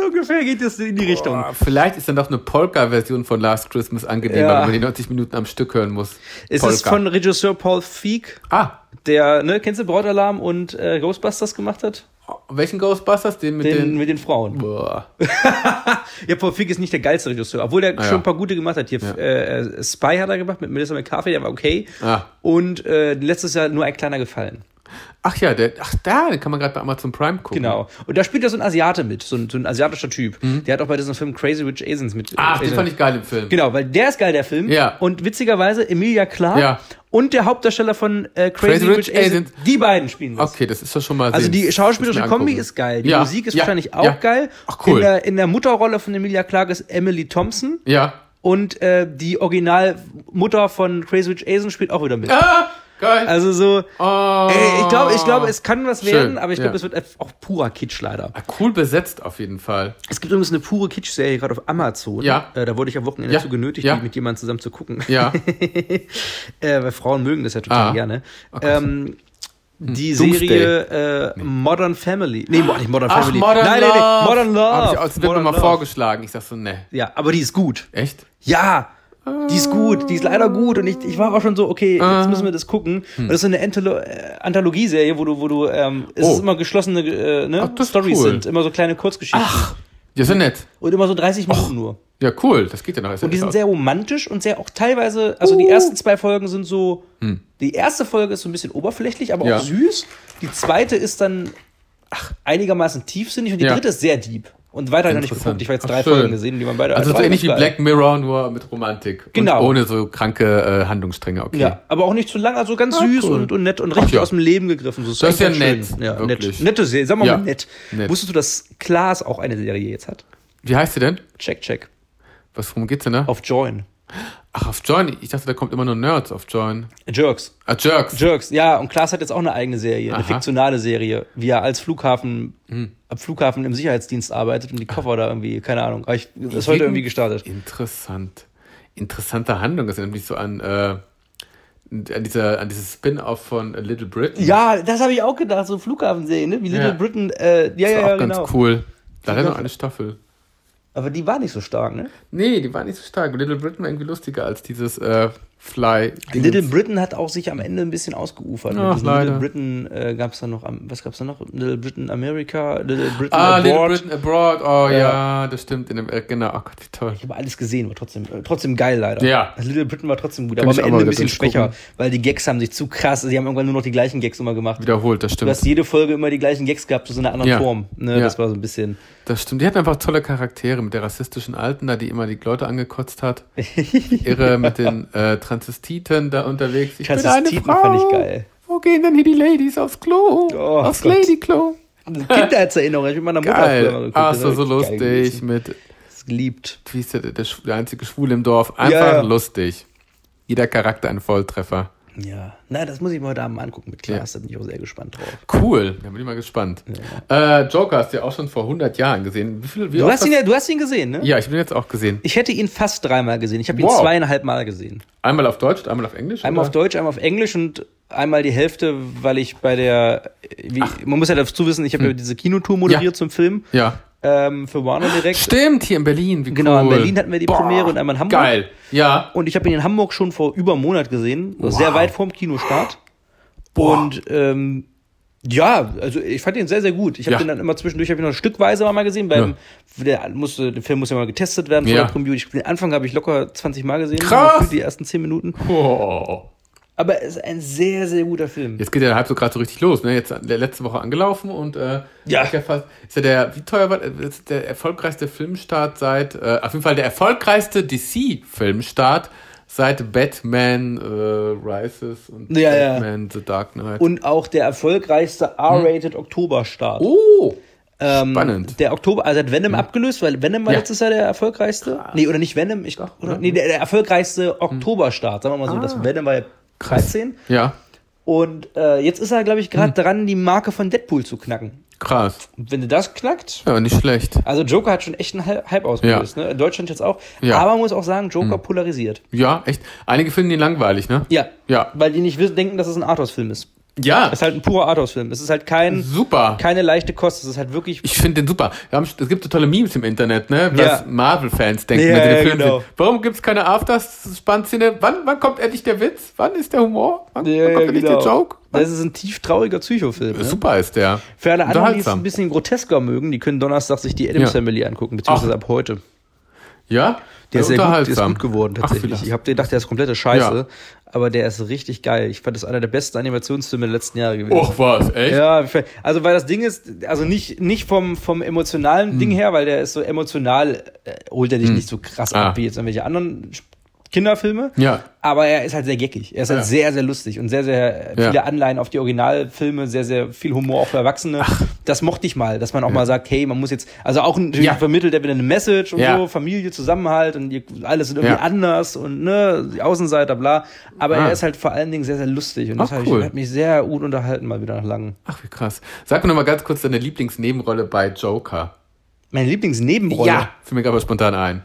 [SPEAKER 2] so ungefähr geht es in die Richtung.
[SPEAKER 1] Boah, Oh, vielleicht ist dann doch eine Polka-Version von Last Christmas angenehmer,
[SPEAKER 2] Ja.
[SPEAKER 1] wenn man die 90 Minuten am Stück hören muss.
[SPEAKER 2] Es ist von Regisseur Paul Feig,
[SPEAKER 1] Ah,
[SPEAKER 2] der, ne, kennst du Brautalarm und äh, Ghostbusters gemacht hat?
[SPEAKER 1] welchen Ghostbusters? Den mit
[SPEAKER 2] Den,
[SPEAKER 1] den.
[SPEAKER 2] mit den Frauen.
[SPEAKER 1] boah.
[SPEAKER 2] Ja, Paul Feig ist nicht der geilste Regisseur, obwohl der
[SPEAKER 1] Ah,
[SPEAKER 2] schon
[SPEAKER 1] ja.
[SPEAKER 2] ein paar gute gemacht hat. Hier äh, äh, Spy hat er gemacht mit Melissa McCarthy, der war okay.
[SPEAKER 1] Ah.
[SPEAKER 2] Und äh, letztes Jahr nur ein kleiner gefallen.
[SPEAKER 1] Ach ja, der, ach da, den kann man gerade bei Amazon Prime gucken.
[SPEAKER 2] Genau. Und da spielt ja so ein Asiate mit, so ein, so ein asiatischer Typ. Der hat auch bei diesem Film Crazy Rich Asians mit.
[SPEAKER 1] Ach, Mhm. Ah, den
[SPEAKER 2] Asian-
[SPEAKER 1] fand ich geil im Film.
[SPEAKER 2] Genau, weil der ist geil, der Film.
[SPEAKER 1] Ja.
[SPEAKER 2] Und witzigerweise Emilia Clarke
[SPEAKER 1] Ja.
[SPEAKER 2] und der Hauptdarsteller von äh, Crazy,
[SPEAKER 1] Crazy
[SPEAKER 2] Rich,
[SPEAKER 1] Rich
[SPEAKER 2] Asians, die beiden spielen das.
[SPEAKER 1] Okay, das ist doch schon mal.
[SPEAKER 2] Also die
[SPEAKER 1] sehens-
[SPEAKER 2] schauspielerische
[SPEAKER 1] muss ich mir
[SPEAKER 2] Kombi
[SPEAKER 1] angucken.
[SPEAKER 2] ist geil. Die
[SPEAKER 1] Ja,
[SPEAKER 2] Musik ist
[SPEAKER 1] ja,
[SPEAKER 2] wahrscheinlich auch
[SPEAKER 1] ja.
[SPEAKER 2] geil.
[SPEAKER 1] Ach cool.
[SPEAKER 2] In der, in der Mutterrolle von Emilia Clarke ist Emily Thompson.
[SPEAKER 1] ja.
[SPEAKER 2] Und äh, die Originalmutter von Crazy Rich Asian spielt auch wieder mit.
[SPEAKER 1] Ah, geil.
[SPEAKER 2] Also so,
[SPEAKER 1] oh.
[SPEAKER 2] ey, ich glaube, ich glaube, es kann was
[SPEAKER 1] Schön,
[SPEAKER 2] werden, aber ich glaube,
[SPEAKER 1] ja.
[SPEAKER 2] es wird einfach auch purer Kitsch leider.
[SPEAKER 1] Ah, Cool besetzt auf jeden Fall.
[SPEAKER 2] Es gibt übrigens eine pure Kitsch-Serie gerade auf Amazon.
[SPEAKER 1] Ja.
[SPEAKER 2] Äh, da wurde ich am Wochenende
[SPEAKER 1] Ja,
[SPEAKER 2] dazu genötigt,
[SPEAKER 1] ja.
[SPEAKER 2] die mit jemandem zusammen zu gucken.
[SPEAKER 1] Ja.
[SPEAKER 2] äh, weil Frauen mögen das ja total
[SPEAKER 1] Ah.
[SPEAKER 2] gerne.
[SPEAKER 1] Ach, krass.
[SPEAKER 2] Ähm, die
[SPEAKER 1] Doomsday.
[SPEAKER 2] Serie äh, Modern Family. Nee, mo- nicht Modern
[SPEAKER 1] Ach,
[SPEAKER 2] Family.
[SPEAKER 1] Modern
[SPEAKER 2] nein,
[SPEAKER 1] Love.
[SPEAKER 2] nein, nein, Modern Love.
[SPEAKER 1] Hab ich, auch- das wird mir
[SPEAKER 2] Modern
[SPEAKER 1] mal
[SPEAKER 2] Love.
[SPEAKER 1] vorgeschlagen. Ich sag so, ne.
[SPEAKER 2] Ja, aber die ist gut.
[SPEAKER 1] Echt?
[SPEAKER 2] Ja, die ist gut, die ist leider gut. Und ich, ich war auch schon so, okay,
[SPEAKER 1] Ah.
[SPEAKER 2] jetzt müssen wir das gucken.
[SPEAKER 1] Hm.
[SPEAKER 2] Und Das ist so eine Antolo äh, Anthologie-Serie, wo du, wo du, ähm, es
[SPEAKER 1] Oh.
[SPEAKER 2] ist immer geschlossene äh, ne?
[SPEAKER 1] Ach, das ist
[SPEAKER 2] Stories
[SPEAKER 1] cool.
[SPEAKER 2] sind, immer so kleine Kurzgeschichten.
[SPEAKER 1] Ja, so nett.
[SPEAKER 2] Und immer so 30 Minuten nur.
[SPEAKER 1] Ja, cool. Das geht ja noch.
[SPEAKER 2] Und die sind sehr romantisch und sehr auch teilweise, also
[SPEAKER 1] Uh.
[SPEAKER 2] die ersten zwei Folgen sind so, die erste Folge ist so ein bisschen oberflächlich, aber
[SPEAKER 1] Hm. Ja.
[SPEAKER 2] auch süß. Die zweite ist dann ach, einigermaßen tiefsinnig und die
[SPEAKER 1] Ja.
[SPEAKER 2] dritte ist sehr deep. Und weiter noch nicht
[SPEAKER 1] Interessant.
[SPEAKER 2] geguckt. Ich war jetzt
[SPEAKER 1] Ach,
[SPEAKER 2] drei
[SPEAKER 1] schön.
[SPEAKER 2] Folgen gesehen, die waren beide
[SPEAKER 1] also
[SPEAKER 2] beide
[SPEAKER 1] so
[SPEAKER 2] waren
[SPEAKER 1] ähnlich wie
[SPEAKER 2] ganz geil.
[SPEAKER 1] Black Mirror, nur mit Romantik.
[SPEAKER 2] Genau.
[SPEAKER 1] Und ohne so kranke äh, Handlungsstränge. Okay.
[SPEAKER 2] Ja, aber auch nicht zu lang, also ganz
[SPEAKER 1] Ah,
[SPEAKER 2] süß
[SPEAKER 1] cool.
[SPEAKER 2] und, und nett und richtig
[SPEAKER 1] Ach ja.
[SPEAKER 2] aus dem Leben gegriffen. So
[SPEAKER 1] Das ist ja
[SPEAKER 2] echt ganz schön.
[SPEAKER 1] nett,
[SPEAKER 2] Ja,
[SPEAKER 1] wirklich.
[SPEAKER 2] nett. Nette Serie, sagen wir
[SPEAKER 1] Ja,
[SPEAKER 2] mal nett.
[SPEAKER 1] nett.
[SPEAKER 2] Wusstest du, dass Klaas auch eine Serie jetzt hat?
[SPEAKER 1] Wie heißt sie denn?
[SPEAKER 2] Check, check.
[SPEAKER 1] Was, worum geht's denn da?
[SPEAKER 2] Auf Join.
[SPEAKER 1] Ach, auf Join. Ich dachte, da kommt immer nur Nerds auf Join.
[SPEAKER 2] Jerks.
[SPEAKER 1] Ah, Jerks.
[SPEAKER 2] Jerks, ja, und Klaas hat jetzt auch eine eigene Serie, eine
[SPEAKER 1] Aha. Hm.
[SPEAKER 2] fiktionale Serie, wie er als Flughafen, am Flughafen im Sicherheitsdienst arbeitet und die Koffer da irgendwie, keine Ahnung, aber ich, das ist heute irgendwie gestartet.
[SPEAKER 1] Interessant. Interessante Handlung. Das erinnert mich so an, äh, an, dieser, an dieses Spin-off von A Little Britain.
[SPEAKER 2] Ja, das habe ich auch gedacht, so Flughafenserie, ne? Wie Little
[SPEAKER 1] Ja.
[SPEAKER 2] Britain, äh, ja,
[SPEAKER 1] Ist
[SPEAKER 2] ja,
[SPEAKER 1] auch
[SPEAKER 2] ja,
[SPEAKER 1] ganz
[SPEAKER 2] genau.
[SPEAKER 1] cool. Da hat er
[SPEAKER 2] Ja.
[SPEAKER 1] noch eine Staffel.
[SPEAKER 2] Aber die war nicht so stark, ne?
[SPEAKER 1] Nee, die war nicht so stark. Little Britain war irgendwie lustiger als dieses äh, Fly.
[SPEAKER 2] Little Britain hat auch sich am Ende ein bisschen ausgeufert. Mit
[SPEAKER 1] Ach,
[SPEAKER 2] diesem
[SPEAKER 1] leider.
[SPEAKER 2] Little Britain äh, gab es da noch, am- was gab es da noch? Little Britain America, Little Britain
[SPEAKER 1] Ah,
[SPEAKER 2] Abroad.
[SPEAKER 1] Little Britain Abroad. Oh ja,
[SPEAKER 2] Ja.
[SPEAKER 1] das stimmt. In dem, äh, genau. Ach Gott, wie toll.
[SPEAKER 2] Ich habe alles gesehen, war trotzdem, äh, trotzdem geil leider.
[SPEAKER 1] Ja.
[SPEAKER 2] Also Little Britain war trotzdem gut,
[SPEAKER 1] Kann
[SPEAKER 2] aber
[SPEAKER 1] ich
[SPEAKER 2] am
[SPEAKER 1] auch
[SPEAKER 2] Ende
[SPEAKER 1] mal
[SPEAKER 2] ein
[SPEAKER 1] wieder
[SPEAKER 2] bisschen schwächer,
[SPEAKER 1] durchgucken.
[SPEAKER 2] weil die Gags haben sich zu krass, sie haben irgendwann nur noch die gleichen Gags immer gemacht.
[SPEAKER 1] Wiederholt, das
[SPEAKER 2] Du
[SPEAKER 1] stimmt.
[SPEAKER 2] hast jede Folge immer die gleichen Gags gehabt, so in einer anderen
[SPEAKER 1] Ja.
[SPEAKER 2] Form. Ne?
[SPEAKER 1] Ja.
[SPEAKER 2] Das war so ein bisschen.
[SPEAKER 1] Das stimmt. Die hatten einfach tolle Charaktere mit der rassistischen Alten da, die immer die Leute angekotzt hat. Irre mit den äh, Transvestiten da unterwegs. Ich
[SPEAKER 2] Transvestiten fand ich geil.
[SPEAKER 1] Wo gehen denn hier die Ladies aufs Klo?
[SPEAKER 2] Oh,
[SPEAKER 1] aufs
[SPEAKER 2] Gott.
[SPEAKER 1] Lady-Klo.
[SPEAKER 2] Kindheitserinnerung, ich bin meiner Mutter früher mal
[SPEAKER 1] Geil.
[SPEAKER 2] geguckt,
[SPEAKER 1] Ach,
[SPEAKER 2] das
[SPEAKER 1] so,
[SPEAKER 2] war
[SPEAKER 1] so
[SPEAKER 2] echt geil
[SPEAKER 1] lustig
[SPEAKER 2] gewesen.
[SPEAKER 1] mit,
[SPEAKER 2] Das geliebt.
[SPEAKER 1] wie ist der, der, Schw- der einzige Schwule im Dorf. Einfach
[SPEAKER 2] Ja, ja.
[SPEAKER 1] lustig. Jeder Charakter ein Volltreffer.
[SPEAKER 2] Ja. Na, das muss ich mir heute Abend mal angucken mit Klaas, da bin ich auch sehr gespannt drauf.
[SPEAKER 1] Cool, da bin ich mal gespannt. Äh, Joker hast du ja auch schon vor 100 Jahren gesehen. Wie viel, wie
[SPEAKER 2] Du
[SPEAKER 1] oft
[SPEAKER 2] hast ihn ja, du hast ihn gesehen, ne?
[SPEAKER 1] ja, ich habe ihn jetzt auch gesehen.
[SPEAKER 2] Ich hätte ihn fast dreimal gesehen. Ich habe ihn
[SPEAKER 1] Wow.
[SPEAKER 2] zweieinhalb Mal gesehen.
[SPEAKER 1] Einmal auf Deutsch, einmal auf Englisch.
[SPEAKER 2] Einmal auf
[SPEAKER 1] oder?
[SPEAKER 2] Deutsch, einmal auf Englisch und einmal die Hälfte, weil ich bei der, wie, man muss ja dazu wissen, ich habe ja diese Kinotour moderiert
[SPEAKER 1] Hm. Ja.
[SPEAKER 2] zum Film
[SPEAKER 1] Ja.
[SPEAKER 2] ähm, für Warner direkt.
[SPEAKER 1] Stimmt, hier in Berlin. Wie
[SPEAKER 2] Genau,
[SPEAKER 1] cool.
[SPEAKER 2] in Berlin hatten wir die Premiere und einmal in Hamburg.
[SPEAKER 1] Geil, ja.
[SPEAKER 2] Und ich habe ihn in Hamburg schon vor über einem Monat gesehen, also
[SPEAKER 1] Wow.
[SPEAKER 2] sehr weit vorm Kinostart. Und ähm, ja, also ich fand ihn sehr, sehr gut. Ich habe
[SPEAKER 1] Ja.
[SPEAKER 2] den dann immer zwischendurch, habe ich noch stückweise mal gesehen. Beim, der, musste, der Film muss ja mal getestet werden vor
[SPEAKER 1] Ja.
[SPEAKER 2] der Premiere. Ich, den Anfang habe ich locker 20 Mal gesehen.
[SPEAKER 1] Krass.
[SPEAKER 2] gefühlt Die ersten 10 Minuten.
[SPEAKER 1] Wow.
[SPEAKER 2] Oh. Aber es ist ein sehr, sehr guter Film.
[SPEAKER 1] Jetzt geht ja halb so gerade so richtig los, ne? Jetzt der letzte Woche angelaufen und äh,
[SPEAKER 2] Ja.
[SPEAKER 1] ist ja fast ist ja der wie teuer war das ist der erfolgreichste Filmstart seit äh, auf jeden Fall der erfolgreichste DC Filmstart seit Batman äh, Rises und
[SPEAKER 2] Ja, ja.
[SPEAKER 1] Batman The Dark Knight.
[SPEAKER 2] Und auch der erfolgreichste R-rated Oktoberstart.
[SPEAKER 1] oh,
[SPEAKER 2] Ähm,
[SPEAKER 1] spannend.
[SPEAKER 2] Der Oktober, also hat Venom abgelöst, weil Venom war
[SPEAKER 1] Ja.
[SPEAKER 2] letztes Jahr der erfolgreichste. Nee, oder nicht Venom, ich glaube, oder? Nee, der, der
[SPEAKER 1] Hm.
[SPEAKER 2] erfolgreichste Oktoberstart, sagen wir mal so.
[SPEAKER 1] Ah.
[SPEAKER 2] Das Venom war ja 13.
[SPEAKER 1] Ja,
[SPEAKER 2] Und äh, jetzt ist er, glaube ich, gerade
[SPEAKER 1] Hm.
[SPEAKER 2] dran, die Marke von Deadpool zu knacken.
[SPEAKER 1] krass.
[SPEAKER 2] Und wenn du das knackt,
[SPEAKER 1] Ja, nicht schlecht.
[SPEAKER 2] also Joker hat schon echt einen Hy- Hype ausgelöst, ne? In Deutschland jetzt auch.
[SPEAKER 1] Ja.
[SPEAKER 2] Aber man muss auch sagen, Joker polarisiert.
[SPEAKER 1] Ja, echt. Einige finden ihn langweilig, ne?
[SPEAKER 2] Ja.
[SPEAKER 1] Ja.
[SPEAKER 2] Weil die nicht wissen, denken, dass es ein Arthouse-Film ist.
[SPEAKER 1] Ja.
[SPEAKER 2] Es ist halt ein purer Arthouse-Film. Es ist halt kein,
[SPEAKER 1] Super.
[SPEAKER 2] keine leichte Kost. Es ist halt wirklich
[SPEAKER 1] Ich finde den super. Wir haben, es gibt so tolle Memes im Internet, ne? Was
[SPEAKER 2] Ja.
[SPEAKER 1] Marvel-Fans denken,
[SPEAKER 2] Ja,
[SPEAKER 1] wenn sie den
[SPEAKER 2] ja,
[SPEAKER 1] Film
[SPEAKER 2] genau.
[SPEAKER 1] sehen. Warum gibt es keine Afters-Spannszene? Wann, wann kommt endlich der Witz? Wann ist der Humor? Wann,
[SPEAKER 2] Ja,
[SPEAKER 1] wann
[SPEAKER 2] ja,
[SPEAKER 1] kommt endlich
[SPEAKER 2] genau.
[SPEAKER 1] der Joke? Wann?
[SPEAKER 2] Das ist ein tief trauriger Psychofilm. Ne?
[SPEAKER 1] Super ist der.
[SPEAKER 2] Für alle anderen, die es ein
[SPEAKER 1] Unterhaltsam.
[SPEAKER 2] bisschen grotesker mögen, die können Donnerstag sich die Adams
[SPEAKER 1] Ja.
[SPEAKER 2] Family angucken, beziehungsweise
[SPEAKER 1] Ach.
[SPEAKER 2] ab heute.
[SPEAKER 1] Ja?
[SPEAKER 2] Der ist sehr gut, der ist
[SPEAKER 1] unterhaltsam.
[SPEAKER 2] gut geworden
[SPEAKER 1] Ach,
[SPEAKER 2] tatsächlich.
[SPEAKER 1] vielleicht.
[SPEAKER 2] ich habe gedacht, der ist komplette Scheiße, aber der ist richtig geil. Ich fand das einer der besten Animationsfilme der letzten Jahre gewesen.
[SPEAKER 1] Och, was, echt?
[SPEAKER 2] Ja, also weil das Ding ist, also nicht, nicht vom, vom emotionalen
[SPEAKER 1] Hm.
[SPEAKER 2] Ding her, weil der ist so emotional, äh, holt er dich nicht so krass
[SPEAKER 1] Ah.
[SPEAKER 2] ab wie jetzt irgendwelche anderen Sch- Kinderfilme.
[SPEAKER 1] Ja.
[SPEAKER 2] Aber er ist halt sehr geckig. Er ist halt
[SPEAKER 1] Ja.
[SPEAKER 2] sehr, sehr lustig und sehr, sehr äh,
[SPEAKER 1] Ja.
[SPEAKER 2] viele Anleihen auf die Originalfilme, sehr, sehr viel Humor auch für Erwachsene. Das mochte ich mal, dass man auch mal sagt, hey, man muss jetzt, also auch natürlich
[SPEAKER 1] Ja.
[SPEAKER 2] vermittelt er wieder eine Message und
[SPEAKER 1] Ja.
[SPEAKER 2] so, Familie, Zusammenhalt und ihr- alles sind irgendwie
[SPEAKER 1] Ja.
[SPEAKER 2] anders und ne, die Außenseiter, bla. Aber
[SPEAKER 1] Ah.
[SPEAKER 2] er ist halt vor allen Dingen sehr, sehr lustig und das
[SPEAKER 1] Ach,
[SPEAKER 2] hat,
[SPEAKER 1] cool.
[SPEAKER 2] ich, hat mich sehr gut unterhalten mal wieder nach langem.
[SPEAKER 1] Ach, wie krass. Sag mir noch mal ganz kurz deine Lieblingsnebenrolle bei Joker.
[SPEAKER 2] Meine Lieblingsnebenrolle.
[SPEAKER 1] Für mich aber spontan ein.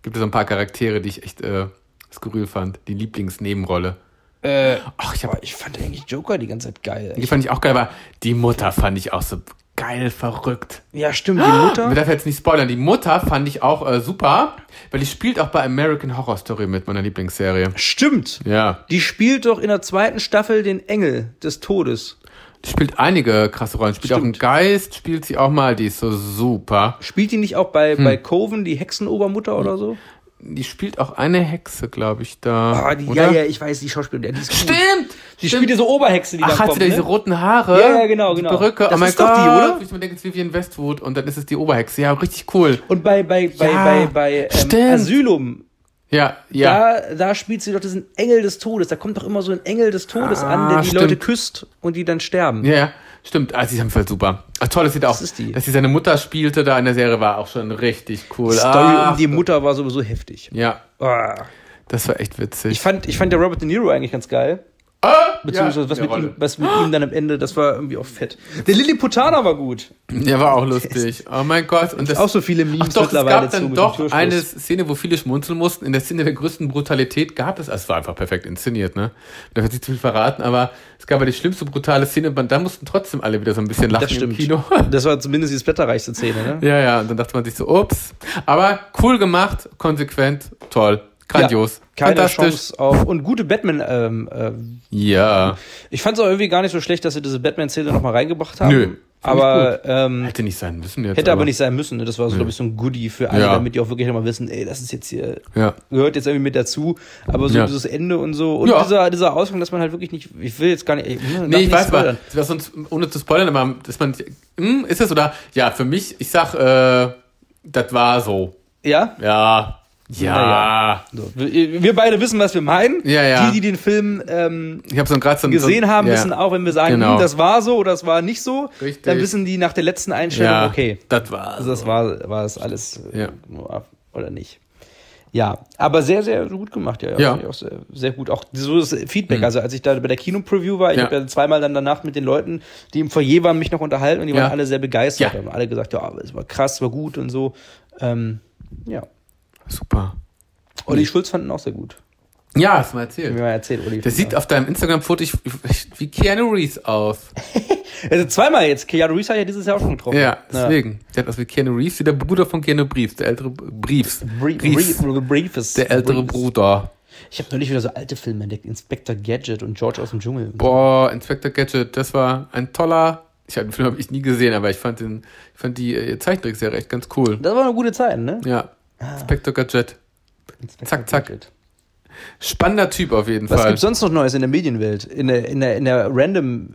[SPEAKER 1] Gibt es so ein paar Charaktere, die ich echt äh, skurril fand. Die Lieblingsnebenrolle.
[SPEAKER 2] Äh,
[SPEAKER 1] Ach, ich habe
[SPEAKER 2] boah, ich fand eigentlich Joker die ganze Zeit geil.
[SPEAKER 1] Die fand ich auch geil, aber die Mutter fand ich auch so geil verrückt.
[SPEAKER 2] Ja, stimmt, die Mutter.
[SPEAKER 1] Wir darf jetzt nicht spoilern. Die Mutter fand ich auch äh, super, weil die spielt auch bei American Horror Story mit, meiner Lieblingsserie.
[SPEAKER 2] Stimmt.
[SPEAKER 1] Ja.
[SPEAKER 2] Die spielt doch in der zweiten Staffel den Engel des Todes.
[SPEAKER 1] Die spielt einige krasse Rollen. Spielt auch einen
[SPEAKER 2] Stimmt.
[SPEAKER 1] Geist, spielt sie auch mal. Die ist so super.
[SPEAKER 2] Spielt die nicht auch bei, bei Coven, die Hexenobermutter oder so?
[SPEAKER 1] Die spielt auch eine Hexe, glaube ich, da.
[SPEAKER 2] Hm. Ah, die,
[SPEAKER 1] oder?
[SPEAKER 2] ja, ja, ich weiß, die Schauspielerin. Ja, die ist gut.
[SPEAKER 1] Stimmt!
[SPEAKER 2] Die spielt diese Oberhexe, die
[SPEAKER 1] Ach,
[SPEAKER 2] da
[SPEAKER 1] hat sie
[SPEAKER 2] kommt.
[SPEAKER 1] da
[SPEAKER 2] ne?
[SPEAKER 1] diese roten Haare?
[SPEAKER 2] Ja, ja, genau,
[SPEAKER 1] die
[SPEAKER 2] genau.
[SPEAKER 1] Perücke,
[SPEAKER 2] Das
[SPEAKER 1] oh mein
[SPEAKER 2] ist
[SPEAKER 1] Gott.
[SPEAKER 2] doch die, oder?
[SPEAKER 1] Ich mir denke, es ist Vivian Westwood und dann ist es die Oberhexe. Ja, richtig cool.
[SPEAKER 2] Und bei, bei, bei,
[SPEAKER 1] Ja,
[SPEAKER 2] bei, bei
[SPEAKER 1] stimmt.
[SPEAKER 2] ähm, Asylum,
[SPEAKER 1] Ja, ja.
[SPEAKER 2] da, da spielt sie doch diesen Engel des Todes. Da kommt doch immer so ein Engel des Todes
[SPEAKER 1] Ah,
[SPEAKER 2] an, der die
[SPEAKER 1] stimmt.
[SPEAKER 2] Leute küsst und die dann sterben.
[SPEAKER 1] Ja, ja. Stimmt, also die ist im Fall super. Ach, toll, das sieht auch,
[SPEAKER 2] Das ist die.
[SPEAKER 1] dass sie seine Mutter spielte da in der Serie, war auch schon richtig cool.
[SPEAKER 2] Die Story
[SPEAKER 1] Ach,
[SPEAKER 2] um die Mutter war sowieso heftig.
[SPEAKER 1] ja,
[SPEAKER 2] Ah.
[SPEAKER 1] das war echt witzig.
[SPEAKER 2] Ich fand, ich fand der Robert De Niro eigentlich ganz geil.
[SPEAKER 1] ah,
[SPEAKER 2] Beziehungsweise
[SPEAKER 1] ja,
[SPEAKER 2] was,
[SPEAKER 1] der
[SPEAKER 2] mit ihm,
[SPEAKER 1] Rolle.
[SPEAKER 2] was mit ihm dann am Ende, das war irgendwie auch fett. Der Lilliputaner war gut.
[SPEAKER 1] Der war auch lustig. Oh mein Gott. Und das,
[SPEAKER 2] auch so viele Memes
[SPEAKER 1] Ach doch, es
[SPEAKER 2] mittlerweile
[SPEAKER 1] gab
[SPEAKER 2] zu
[SPEAKER 1] dann
[SPEAKER 2] mit
[SPEAKER 1] doch
[SPEAKER 2] dem Türschluss.
[SPEAKER 1] eine Szene, wo viele schmunzeln mussten. In der Szene der größten Brutalität gab es, also es war einfach perfekt inszeniert, ne? Da wird sich zu viel verraten, aber es gab ja die schlimmste brutale Szene, und da mussten trotzdem alle wieder so ein bisschen lachen
[SPEAKER 2] Das stimmt.
[SPEAKER 1] im Kino.
[SPEAKER 2] Das war zumindest die splatterreichste Szene, ne?
[SPEAKER 1] ja, ja, und dann dachte man sich so, ups. Aber cool gemacht, konsequent, toll, grandios,
[SPEAKER 2] Keine
[SPEAKER 1] fantastisch.
[SPEAKER 2] Chance auf. Und gute Batman. Ähm, ähm,
[SPEAKER 1] Ja,
[SPEAKER 2] ich fand es auch irgendwie gar nicht so schlecht, dass sie diese Batman-Szene nochmal reingebracht haben.
[SPEAKER 1] Nö, fand ich
[SPEAKER 2] Aber ähm,
[SPEAKER 1] hätte nicht sein müssen jetzt.
[SPEAKER 2] hätte aber nicht sein müssen. Ne? Das war so, glaube ich, so ein Goodie für alle,
[SPEAKER 1] Ja.
[SPEAKER 2] damit die auch wirklich nochmal wissen, ey, das ist jetzt hier
[SPEAKER 1] Ja.
[SPEAKER 2] gehört jetzt irgendwie mit dazu, aber so
[SPEAKER 1] Ja.
[SPEAKER 2] dieses Ende und so und
[SPEAKER 1] Ja.
[SPEAKER 2] dieser, dieser Ausgang, dass man halt wirklich nicht, ich will jetzt gar nicht, ich will
[SPEAKER 1] Nee, ich weiß
[SPEAKER 2] spoilern.
[SPEAKER 1] mal, das war sonst, ohne zu spoilern, aber dass man, hm, ist das oder? Ja, für mich, ich sag, äh, das war so.
[SPEAKER 2] Ja?
[SPEAKER 1] Ja. Ja.
[SPEAKER 2] So. Wir wir beide wissen, was wir meinen.
[SPEAKER 1] Ja, ja.
[SPEAKER 2] Die, die den Film ähm,
[SPEAKER 1] Ich habe so gerade so ein-
[SPEAKER 2] gesehen
[SPEAKER 1] so, ein-
[SPEAKER 2] haben,
[SPEAKER 1] ja.
[SPEAKER 2] wissen auch, wenn wir sagen,
[SPEAKER 1] Genau.
[SPEAKER 2] hm, das war so oder das war nicht so,
[SPEAKER 1] Richtig.
[SPEAKER 2] dann wissen die nach der letzten Einstellung,
[SPEAKER 1] ja,
[SPEAKER 2] okay,
[SPEAKER 1] Das war.
[SPEAKER 2] also das war, war es alles äh,
[SPEAKER 1] Ja.
[SPEAKER 2] nur ab- oder nicht. Ja, aber sehr, sehr gut gemacht, ja.
[SPEAKER 1] Ja. Mhm.
[SPEAKER 2] Fand ich Auch sehr, sehr gut. Auch so das Feedback. Also als ich da bei der Kino-Preview war, ich
[SPEAKER 1] Ja.
[SPEAKER 2] habe ja zweimal dann danach mit den Leuten, die im Foyer waren, mich noch unterhalten und die
[SPEAKER 1] Ja.
[SPEAKER 2] waren alle sehr begeistert.
[SPEAKER 1] Ja.
[SPEAKER 2] Haben alle gesagt, ja, es war krass, war gut und so. Ähm, ja.
[SPEAKER 1] super.
[SPEAKER 2] Olli Schulz fanden auch sehr gut.
[SPEAKER 1] Ja, hast du mal erzählt.
[SPEAKER 2] Wie man erzählt, Olli.
[SPEAKER 1] Der sieht auf deinem Instagram-Foto ich- ich- wie Keanu Reeves aus.
[SPEAKER 2] also zweimal jetzt. Keanu Reeves hat ja dieses Jahr auch schon getroffen.
[SPEAKER 1] Ja, deswegen. Der hat aus wie Keanu Reeves, wie der Bruder von Keanu Reeves, der ältere Briefs.
[SPEAKER 2] Brief,
[SPEAKER 1] Reeves,
[SPEAKER 2] Brief, Brief ist
[SPEAKER 1] der ältere
[SPEAKER 2] Brief ist-
[SPEAKER 1] Bruder.
[SPEAKER 2] Ich habe neulich wieder so alte Filme entdeckt. Inspector Gadget und George aus dem Dschungel.
[SPEAKER 1] Boah, Inspector Gadget, das war ein toller. Ich hab, den Film habe ich nie gesehen, aber ich fand den, ich fand die äh, Zeichentrickserie echt ganz cool.
[SPEAKER 2] Das war eine gute Zeit, ne?
[SPEAKER 1] Ja, Inspector Gadget, Zack, zack.
[SPEAKER 2] Gadget.
[SPEAKER 1] spannender Typ auf jeden
[SPEAKER 2] Was
[SPEAKER 1] Fall.
[SPEAKER 2] gibt's sonst noch Neues in der Medienwelt? In der, in der, in der random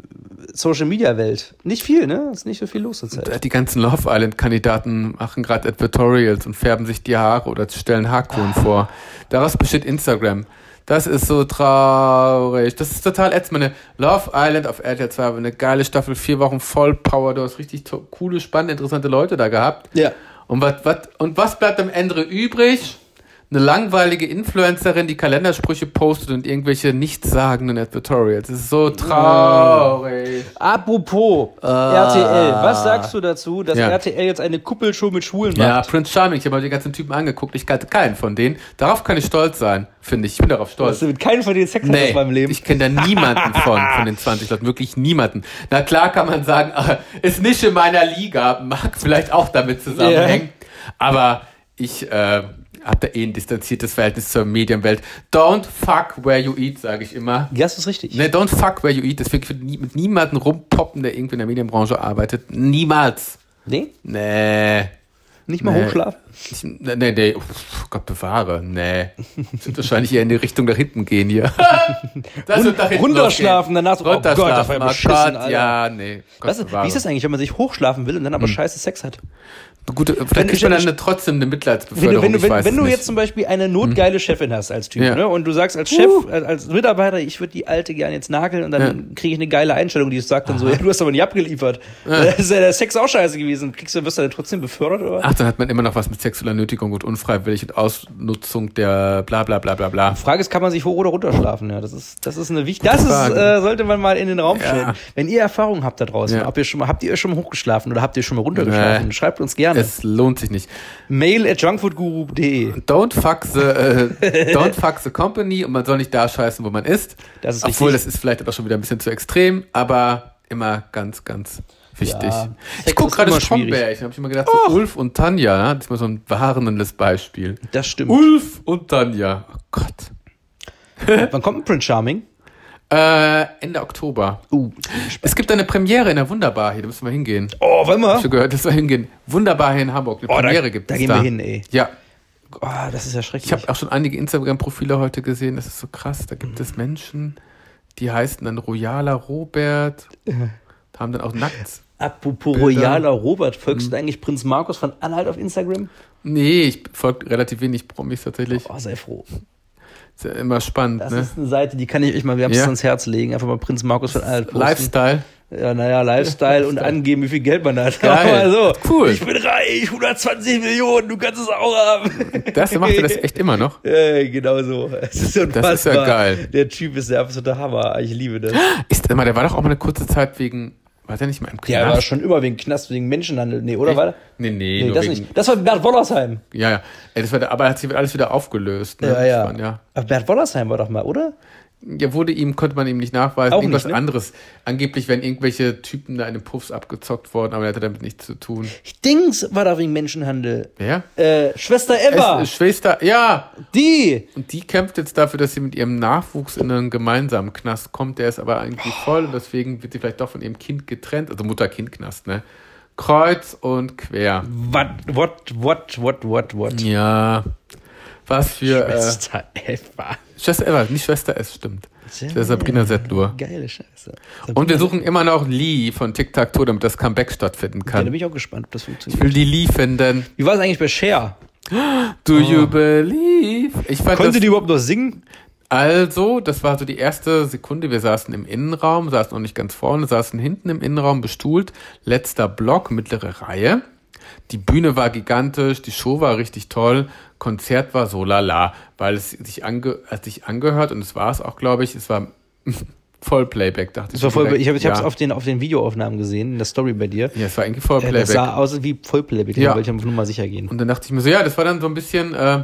[SPEAKER 2] Social Media Welt? Nicht viel, ne? Ist nicht so viel los zurzeit.
[SPEAKER 1] Äh, Die ganzen Love Island Kandidaten machen gerade Advertorials und färben sich die Haare oder stellen Haarkronen vor. Daraus besteht Instagram. Das ist so traurig. Das ist total ätzend. Meine Love Island auf RTL 2 war eine geile Staffel, vier Wochen voll Power. Du hast richtig to- coole, spannende, interessante Leute da gehabt.
[SPEAKER 2] Ja.
[SPEAKER 1] Und was, was, und was bleibt am Ende übrig? Eine langweilige Influencerin, die Kalendersprüche postet und irgendwelche nichtssagenden Advertorials. Das ist so traurig.
[SPEAKER 2] Apropos RTL, was sagst du dazu, dass
[SPEAKER 1] Ja.
[SPEAKER 2] RTL jetzt eine Kuppelshow mit Schwulen
[SPEAKER 1] Ja,
[SPEAKER 2] macht?
[SPEAKER 1] Prince Charming, ich habe mir die ganzen Typen angeguckt, ich kannte keinen von denen. Darauf kann ich stolz sein, finde ich. Ich bin darauf
[SPEAKER 2] Dass
[SPEAKER 1] stolz.
[SPEAKER 2] du mit keinem von denen Sex hattest in meinem Leben.
[SPEAKER 1] ich kenne da niemanden von, von den 20 Leuten, wirklich niemanden. Na klar kann man sagen, ah, ist nicht in meiner Liga, mag vielleicht auch damit zusammenhängen, aber ich äh, habe da eh ein distanziertes Verhältnis zur Medienwelt. Don't fuck where you eat, sage ich immer.
[SPEAKER 2] Ja, das ist richtig.
[SPEAKER 1] Ne, don't fuck where you eat, deswegen ich würde nie, mit niemanden rumpoppen, der irgendwie in der Medienbranche arbeitet. Niemals.
[SPEAKER 2] Nee?
[SPEAKER 1] Nee.
[SPEAKER 2] Nicht mal
[SPEAKER 1] Nee.
[SPEAKER 2] hochschlafen?
[SPEAKER 1] Ich, nee, nee, nee. Uff, Gott bewahre, nee. Wird wahrscheinlich eher in die Richtung nach hinten gehen hier. Das wird nach hinten
[SPEAKER 2] runterschlafen, danach so, oh Gott, das
[SPEAKER 1] runterschlafen,
[SPEAKER 2] war ja
[SPEAKER 1] oh Gott,
[SPEAKER 2] beschissen, Alter.
[SPEAKER 1] ja, nee. Gott
[SPEAKER 2] Was, wie ist das eigentlich, wenn man sich hochschlafen will und dann aber
[SPEAKER 1] Hm.
[SPEAKER 2] scheiße Sex hat?
[SPEAKER 1] Gut,
[SPEAKER 2] Wenn-
[SPEAKER 1] vielleicht kriegt man dann eine, trotzdem eine
[SPEAKER 2] Wenn du,
[SPEAKER 1] Mitleidsbeförderung,
[SPEAKER 2] wenn du,
[SPEAKER 1] ich weiß
[SPEAKER 2] wenn, wenn
[SPEAKER 1] es
[SPEAKER 2] du
[SPEAKER 1] nicht. Hm.
[SPEAKER 2] jetzt zum Beispiel eine notgeile Chefin hast als Typ,
[SPEAKER 1] Ja.
[SPEAKER 2] ne? Und du sagst als Chef, als, als Mitarbeiter, ich würde die alte gerne jetzt nageln und dann kriege ich eine geile Einstellung, die sagt dann so, ja, du hast aber nicht abgeliefert. Das ist ja der Sex auch scheiße gewesen. Kriegst du, wirst du dann trotzdem befördert, oder?
[SPEAKER 1] Ach, dann hat man immer noch was mit sexueller Nötigung und unfreiwillig und Ausnutzung der bla bla bla bla bla.
[SPEAKER 2] Frage ist, kann man sich hoch oder runter schlafen? Ja, das ist, das ist eine wichtige, das ist,
[SPEAKER 1] Frage.
[SPEAKER 2] äh, sollte man mal in den Raum
[SPEAKER 1] Ja.
[SPEAKER 2] stellen. Wenn ihr Erfahrungen habt da draußen,
[SPEAKER 1] Ja.
[SPEAKER 2] ob ihr schon mal, habt ihr schon mal hochgeschlafen oder habt ihr schon mal runtergeschlafen?
[SPEAKER 1] Nee.
[SPEAKER 2] Schreibt uns gerne.
[SPEAKER 1] Es lohnt sich nicht.
[SPEAKER 2] Mail at junkfoodguru.de.
[SPEAKER 1] Don't fuck the, äh, don't fuck the company und man soll nicht da scheißen, wo man ist.
[SPEAKER 2] Das ist
[SPEAKER 1] Obwohl,
[SPEAKER 2] richtig.
[SPEAKER 1] das ist vielleicht auch schon wieder ein bisschen zu extrem, aber immer ganz, ganz wichtig.
[SPEAKER 2] Ja, Sex
[SPEAKER 1] ich gucke
[SPEAKER 2] ist
[SPEAKER 1] gerade
[SPEAKER 2] immer schwierig.
[SPEAKER 1] Stromberg, da habe ich immer gedacht, so Ulf und Tanja, ja, das ist mal so ein warnendes Beispiel.
[SPEAKER 2] Das stimmt.
[SPEAKER 1] Ulf und Tanja, oh Gott.
[SPEAKER 2] Wann kommt ein Prince Charming?
[SPEAKER 1] Äh, Ende Oktober.
[SPEAKER 2] Uh.
[SPEAKER 1] Es gibt eine Premiere in der Wunderbar hier, da müssen wir hingehen. Ich
[SPEAKER 2] Oh, wollen wir?
[SPEAKER 1] habe gehört, dass wir hingehen. Wunderbar hier in Hamburg, eine
[SPEAKER 2] Oh, da-
[SPEAKER 1] Premiere gibt
[SPEAKER 2] da
[SPEAKER 1] es
[SPEAKER 2] gehen
[SPEAKER 1] da.
[SPEAKER 2] wir hin, ey.
[SPEAKER 1] Ja,
[SPEAKER 2] Oh, das ist ja
[SPEAKER 1] Ich
[SPEAKER 2] schrecklich.
[SPEAKER 1] habe auch schon einige Instagram-Profile heute gesehen, das ist so krass. Da
[SPEAKER 2] Mhm.
[SPEAKER 1] gibt es Menschen, die heißen dann Royala Robert, haben dann auch nackt.
[SPEAKER 2] Apropos
[SPEAKER 1] Bilder. Mhm.
[SPEAKER 2] royaler Robert, folgst du eigentlich Prinz Markus von Anhalt auf Instagram?
[SPEAKER 1] Nee, ich folge relativ wenig Promis tatsächlich.
[SPEAKER 2] Oh, sei froh.
[SPEAKER 1] Ist ja immer spannend,
[SPEAKER 2] Das
[SPEAKER 1] ne?
[SPEAKER 2] ist eine Seite, die kann ich euch mal wärmstens
[SPEAKER 1] Ja.
[SPEAKER 2] ans Herz legen. Einfach mal Prinz Markus von Anhalt posten.
[SPEAKER 1] Lifestyle.
[SPEAKER 2] ja, naja, Lifestyle und angeben, wie viel Geld man da hat.
[SPEAKER 1] Geil.
[SPEAKER 2] Aber so,
[SPEAKER 1] Cool.
[SPEAKER 2] ich bin reich, 120 Millionen, du kannst es auch haben.
[SPEAKER 1] Das macht er das echt immer noch.
[SPEAKER 2] Äh, genau so. Es ist unfassbar.
[SPEAKER 1] Das ist ja geil.
[SPEAKER 2] Der Typ ist der absolute Hammer. Ich liebe das.
[SPEAKER 1] Ist immer, der war doch auch mal eine kurze Zeit wegen, war der nicht mal im
[SPEAKER 2] Der
[SPEAKER 1] Knast?
[SPEAKER 2] war schon immer wegen Knast, wegen Menschenhandel. Nee, oder? War,
[SPEAKER 1] nee, nee,
[SPEAKER 2] nee,
[SPEAKER 1] nur
[SPEAKER 2] das
[SPEAKER 1] wegen,
[SPEAKER 2] nicht. Das war Bert Wollersheim.
[SPEAKER 1] Ja, ja. Ey, das war der, aber er hat sich alles wieder aufgelöst. Ne?
[SPEAKER 2] Ja,
[SPEAKER 1] Das
[SPEAKER 2] ja.
[SPEAKER 1] waren, ja.
[SPEAKER 2] Aber Bert Wollersheim war doch mal, oder?
[SPEAKER 1] Ja, wurde ihm, konnte man ihm nicht nachweisen.
[SPEAKER 2] Auch
[SPEAKER 1] irgendwas
[SPEAKER 2] nicht, ne?
[SPEAKER 1] anderes. Angeblich wären irgendwelche Typen da in den Puffs abgezockt worden, aber er hatte damit nichts zu tun.
[SPEAKER 2] Dings war doch wegen Menschenhandel.
[SPEAKER 1] Wer?
[SPEAKER 2] Äh, Schwester Eva,
[SPEAKER 1] Es, Schwester, ja!
[SPEAKER 2] die.
[SPEAKER 1] Und die kämpft jetzt dafür, dass sie mit ihrem Nachwuchs in einen gemeinsamen Knast kommt. Der ist aber eigentlich voll und deswegen wird sie vielleicht doch von ihrem Kind getrennt. Also Mutter-Kind-Knast, ne? Kreuz und quer.
[SPEAKER 2] What, what, what, what, what, what?
[SPEAKER 1] Ja. Was für. Schwester,
[SPEAKER 2] Schwester Eva.
[SPEAKER 1] äh, Schwester Eva, nicht Schwester S, stimmt. Der Sabrina Settlur.
[SPEAKER 2] Geile Scheiße.
[SPEAKER 1] Und wir suchen immer noch Lee von Tic Tac Toe, damit das Comeback stattfinden
[SPEAKER 2] Ja, da bin
[SPEAKER 1] kann.
[SPEAKER 2] ich auch gespannt, ob das
[SPEAKER 1] Ich
[SPEAKER 2] funktioniert.
[SPEAKER 1] will die Lee finden.
[SPEAKER 2] Wie war es eigentlich bei Cher?
[SPEAKER 1] Do you believe? Ich fand
[SPEAKER 2] Oh. Konnte
[SPEAKER 1] das,
[SPEAKER 2] die überhaupt noch singen?
[SPEAKER 1] also, das war so die erste Sekunde. Wir saßen im Innenraum, saßen noch nicht ganz vorne, saßen hinten im Innenraum bestuhlt. Letzter Block, mittlere Reihe. Die Bühne war gigantisch, die Show war richtig toll, Konzert war so lala, weil es sich, ange, es sich angehört und es war es auch, glaube ich, es war voll Playback, dachte ich.
[SPEAKER 2] Das war voll,
[SPEAKER 1] direkt.
[SPEAKER 2] ich habe es
[SPEAKER 1] ja.
[SPEAKER 2] auf, den, auf den Videoaufnahmen gesehen, in der Story bei dir.
[SPEAKER 1] Ja, es war eigentlich voll
[SPEAKER 2] Äh,
[SPEAKER 1] Playback.
[SPEAKER 2] Das sah aus wie Vollplayback,
[SPEAKER 1] Ja.
[SPEAKER 2] da wollte ich einfach nur mal sicher gehen.
[SPEAKER 1] Und dann dachte ich mir so, ja, das war dann so ein bisschen, äh,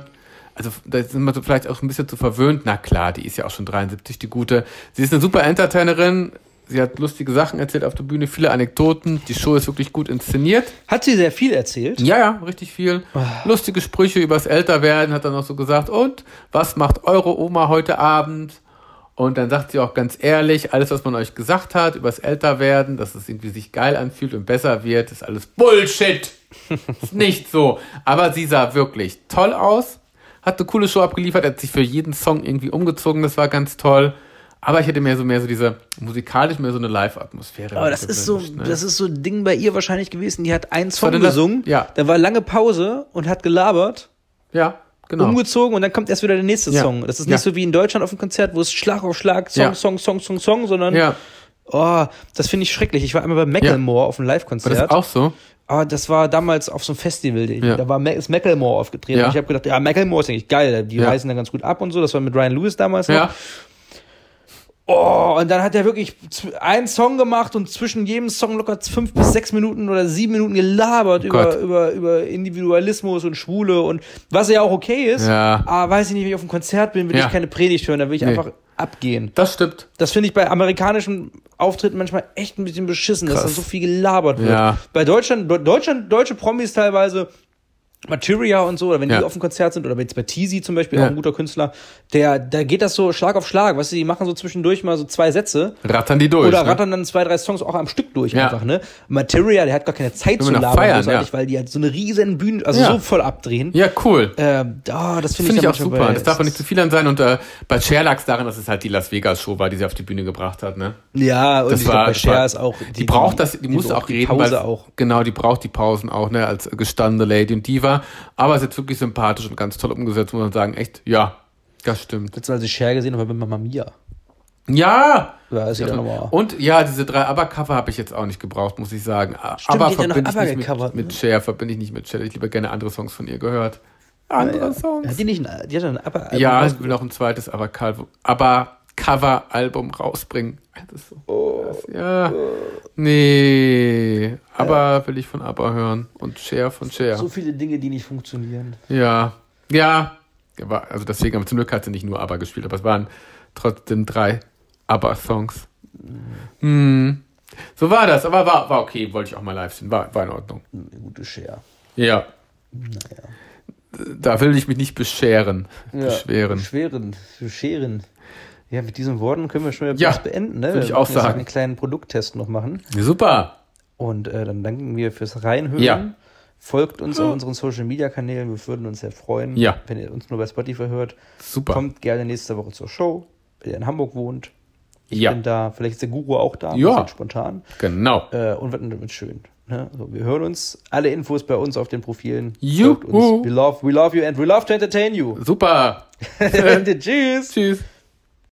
[SPEAKER 1] also da sind wir so vielleicht auch ein bisschen zu verwöhnt. Na klar, die ist ja auch schon 73, die gute. Sie ist eine super Entertainerin. Sie hat lustige Sachen erzählt auf der Bühne, viele Anekdoten. Die Show ist wirklich gut inszeniert.
[SPEAKER 2] Hat sie sehr viel erzählt?
[SPEAKER 1] Ja, ja, richtig viel.
[SPEAKER 2] Ah.
[SPEAKER 1] Lustige Sprüche übers Älterwerden hat dann noch so gesagt. Und was macht eure Oma heute Abend? Und dann sagt sie auch ganz ehrlich, alles, was man euch gesagt hat übers Älterwerden, dass es irgendwie sich geil anfühlt und besser wird, ist alles Bullshit. ist nicht so. Aber sie sah wirklich toll aus, hat eine coole Show abgeliefert, hat sich für jeden Song irgendwie umgezogen, das war ganz toll. Aber ich hätte mehr so mehr so diese musikalisch mehr so eine Live-Atmosphäre.
[SPEAKER 2] Aber Oh, das ist so,
[SPEAKER 1] gewünscht, ne?
[SPEAKER 2] das ist so ein Ding bei ihr wahrscheinlich gewesen. Die hat einen
[SPEAKER 1] war
[SPEAKER 2] Song
[SPEAKER 1] denn das-
[SPEAKER 2] gesungen,
[SPEAKER 1] ja.
[SPEAKER 2] dann war lange Pause und hat gelabert,
[SPEAKER 1] ja, genau.
[SPEAKER 2] umgezogen und dann kommt erst wieder der nächste
[SPEAKER 1] Ja.
[SPEAKER 2] Song. Das ist
[SPEAKER 1] Ja.
[SPEAKER 2] nicht so wie in Deutschland auf dem Konzert, wo es Schlag auf Schlag, Song,
[SPEAKER 1] Ja.
[SPEAKER 2] Song, Song, Song, Song, sondern
[SPEAKER 1] Ja,
[SPEAKER 2] oh, das finde ich schrecklich. Ich war einmal bei Macklemore auf einem
[SPEAKER 1] war das
[SPEAKER 2] Live-Konzert.
[SPEAKER 1] auch so?
[SPEAKER 2] Ah, das war damals auf so einem Festival.
[SPEAKER 1] Ja.
[SPEAKER 2] Da war Ma ist Macklemore aufgetreten.
[SPEAKER 1] Ja.
[SPEAKER 2] Und ich habe gedacht, ja, Macklemore ist eigentlich geil. Die
[SPEAKER 1] Ja.
[SPEAKER 2] reißen da ganz gut ab und so. Das war mit Ryan Lewis damals noch.
[SPEAKER 1] Ja.
[SPEAKER 2] Oh, und dann hat er wirklich zw- einen Song gemacht und zwischen jedem Song locker fünf bis sechs Minuten oder sieben Minuten gelabert über,
[SPEAKER 1] Oh Gott.
[SPEAKER 2] über, über Individualismus und Schwule und was ja auch okay ist.
[SPEAKER 1] Ja.
[SPEAKER 2] Aber weiß ich nicht, wenn ich auf einem Konzert bin, will
[SPEAKER 1] Ja.
[SPEAKER 2] ich keine Predigt hören, da will ich
[SPEAKER 1] Nee.
[SPEAKER 2] einfach abgehen.
[SPEAKER 1] Das stimmt.
[SPEAKER 2] Das finde ich bei amerikanischen Auftritten manchmal echt ein bisschen beschissen, dass
[SPEAKER 1] Krass.
[SPEAKER 2] da so viel gelabert wird.
[SPEAKER 1] Ja.
[SPEAKER 2] Bei Deutschland, Deutschland, deutsche Promis teilweise, Materia und so, oder wenn
[SPEAKER 1] Ja.
[SPEAKER 2] die auf dem Konzert sind, oder jetzt bei Teasy zum Beispiel,
[SPEAKER 1] Ja.
[SPEAKER 2] auch ein guter Künstler, der, da geht das so Schlag auf Schlag, weißt du, die machen so zwischendurch mal so zwei Sätze.
[SPEAKER 1] Rattern die durch.
[SPEAKER 2] Oder
[SPEAKER 1] ne?
[SPEAKER 2] rattern dann zwei, drei Songs auch am Stück durch
[SPEAKER 1] Ja.
[SPEAKER 2] einfach, ne? Materia, der hat gar keine Zeit
[SPEAKER 1] Wenn
[SPEAKER 2] zu
[SPEAKER 1] wir nach
[SPEAKER 2] labern,
[SPEAKER 1] feiern,
[SPEAKER 2] großartig,
[SPEAKER 1] ja.
[SPEAKER 2] weil die halt so eine riesen Bühne, also
[SPEAKER 1] Ja.
[SPEAKER 2] so voll abdrehen.
[SPEAKER 1] Ja, cool.
[SPEAKER 2] Ähm, ah, das
[SPEAKER 1] Finde
[SPEAKER 2] finde ich,
[SPEAKER 1] ich
[SPEAKER 2] dann
[SPEAKER 1] auch
[SPEAKER 2] manchmal
[SPEAKER 1] super.
[SPEAKER 2] bei-
[SPEAKER 1] Das darf auch nicht zu viel an sein. Und äh, bei Cher lag's daran, dass es halt die Las Vegas Show war, die sie auf die Bühne gebracht hat. Ne?
[SPEAKER 2] Ja, und
[SPEAKER 1] Das
[SPEAKER 2] ich
[SPEAKER 1] war-
[SPEAKER 2] glaube, bei
[SPEAKER 1] das war-
[SPEAKER 2] Cher ist auch.
[SPEAKER 1] Die, braucht das, die, muss
[SPEAKER 2] braucht
[SPEAKER 1] auch
[SPEAKER 2] die
[SPEAKER 1] reden. weil-
[SPEAKER 2] Pause auch.
[SPEAKER 1] Genau, die braucht die Pausen auch, ne, als gestandene Lady und Diva. Aber ist jetzt wirklich sympathisch und ganz toll umgesetzt, muss man sagen. Echt, ja, das stimmt.
[SPEAKER 2] Letztes Mal, als ich Cher gesehen habe, bei Mama Mia.
[SPEAKER 1] Ja!
[SPEAKER 2] Da ist ja auch nochmal.
[SPEAKER 1] Und ja, diese drei ABBA-Cover habe ich jetzt auch nicht gebraucht, muss ich sagen. aber
[SPEAKER 2] die hat ja noch ne?
[SPEAKER 1] verbinde ich
[SPEAKER 2] ABBA
[SPEAKER 1] nicht mit,
[SPEAKER 2] gecovert,
[SPEAKER 1] mit Cher, verbinde ich nicht mit Cher. Ich lieber gerne andere Songs von ihr gehört. Andere Oh, Songs.
[SPEAKER 2] Hat die nicht ein, die hat ein Upper
[SPEAKER 1] Ja, ich will noch ein zweites aber, aber Cover-Album rausbringen. Das ist so
[SPEAKER 2] Oh.
[SPEAKER 1] krass. Ja. Nee. Aber will ich von ABBA hören. Und Cher von Cher.
[SPEAKER 2] So viele Dinge, die nicht funktionieren.
[SPEAKER 1] Ja. Ja. War- Also deswegen, aber zum Glück hat sie nicht nur ABBA gespielt, aber es waren trotzdem drei ABBA-Songs.
[SPEAKER 2] Mhm.
[SPEAKER 1] Hm. So war das, aber war, war okay, wollte ich auch mal live sehen. War, war in Ordnung.
[SPEAKER 2] Eine gute Cher.
[SPEAKER 1] Ja. Da will ich mich nicht bescheren. Beschweren.
[SPEAKER 2] Schweren. Scheren. Ja, mit diesen Worten können wir schon wieder
[SPEAKER 1] Ja,
[SPEAKER 2] das beenden, ne?
[SPEAKER 1] würde ich
[SPEAKER 2] Wir
[SPEAKER 1] auch
[SPEAKER 2] müssen jetzt
[SPEAKER 1] sagen.
[SPEAKER 2] einen kleinen Produkttest noch machen.
[SPEAKER 1] Super.
[SPEAKER 2] Und äh, dann danken wir fürs Reinhören.
[SPEAKER 1] Ja.
[SPEAKER 2] Folgt uns auf unseren Social Media Kanälen. Wir würden uns sehr freuen,
[SPEAKER 1] Ja.
[SPEAKER 2] wenn ihr uns nur bei Spotify hört.
[SPEAKER 1] Super.
[SPEAKER 2] Kommt gerne nächste Woche zur Show, wenn ihr in Hamburg wohnt. Ich
[SPEAKER 1] Ja.
[SPEAKER 2] bin da. Vielleicht ist der Guru auch da.
[SPEAKER 1] Ja.
[SPEAKER 2] Wir sind spontan.
[SPEAKER 1] Genau.
[SPEAKER 2] Äh, und wird, wird schön. Ne? So, wir hören uns. Alle Infos bei uns auf den Profilen.
[SPEAKER 1] Juhu.
[SPEAKER 2] Folgt uns. We love, we love you and we love to entertain you.
[SPEAKER 1] Super.
[SPEAKER 2] Tschüss.
[SPEAKER 1] Tschüss.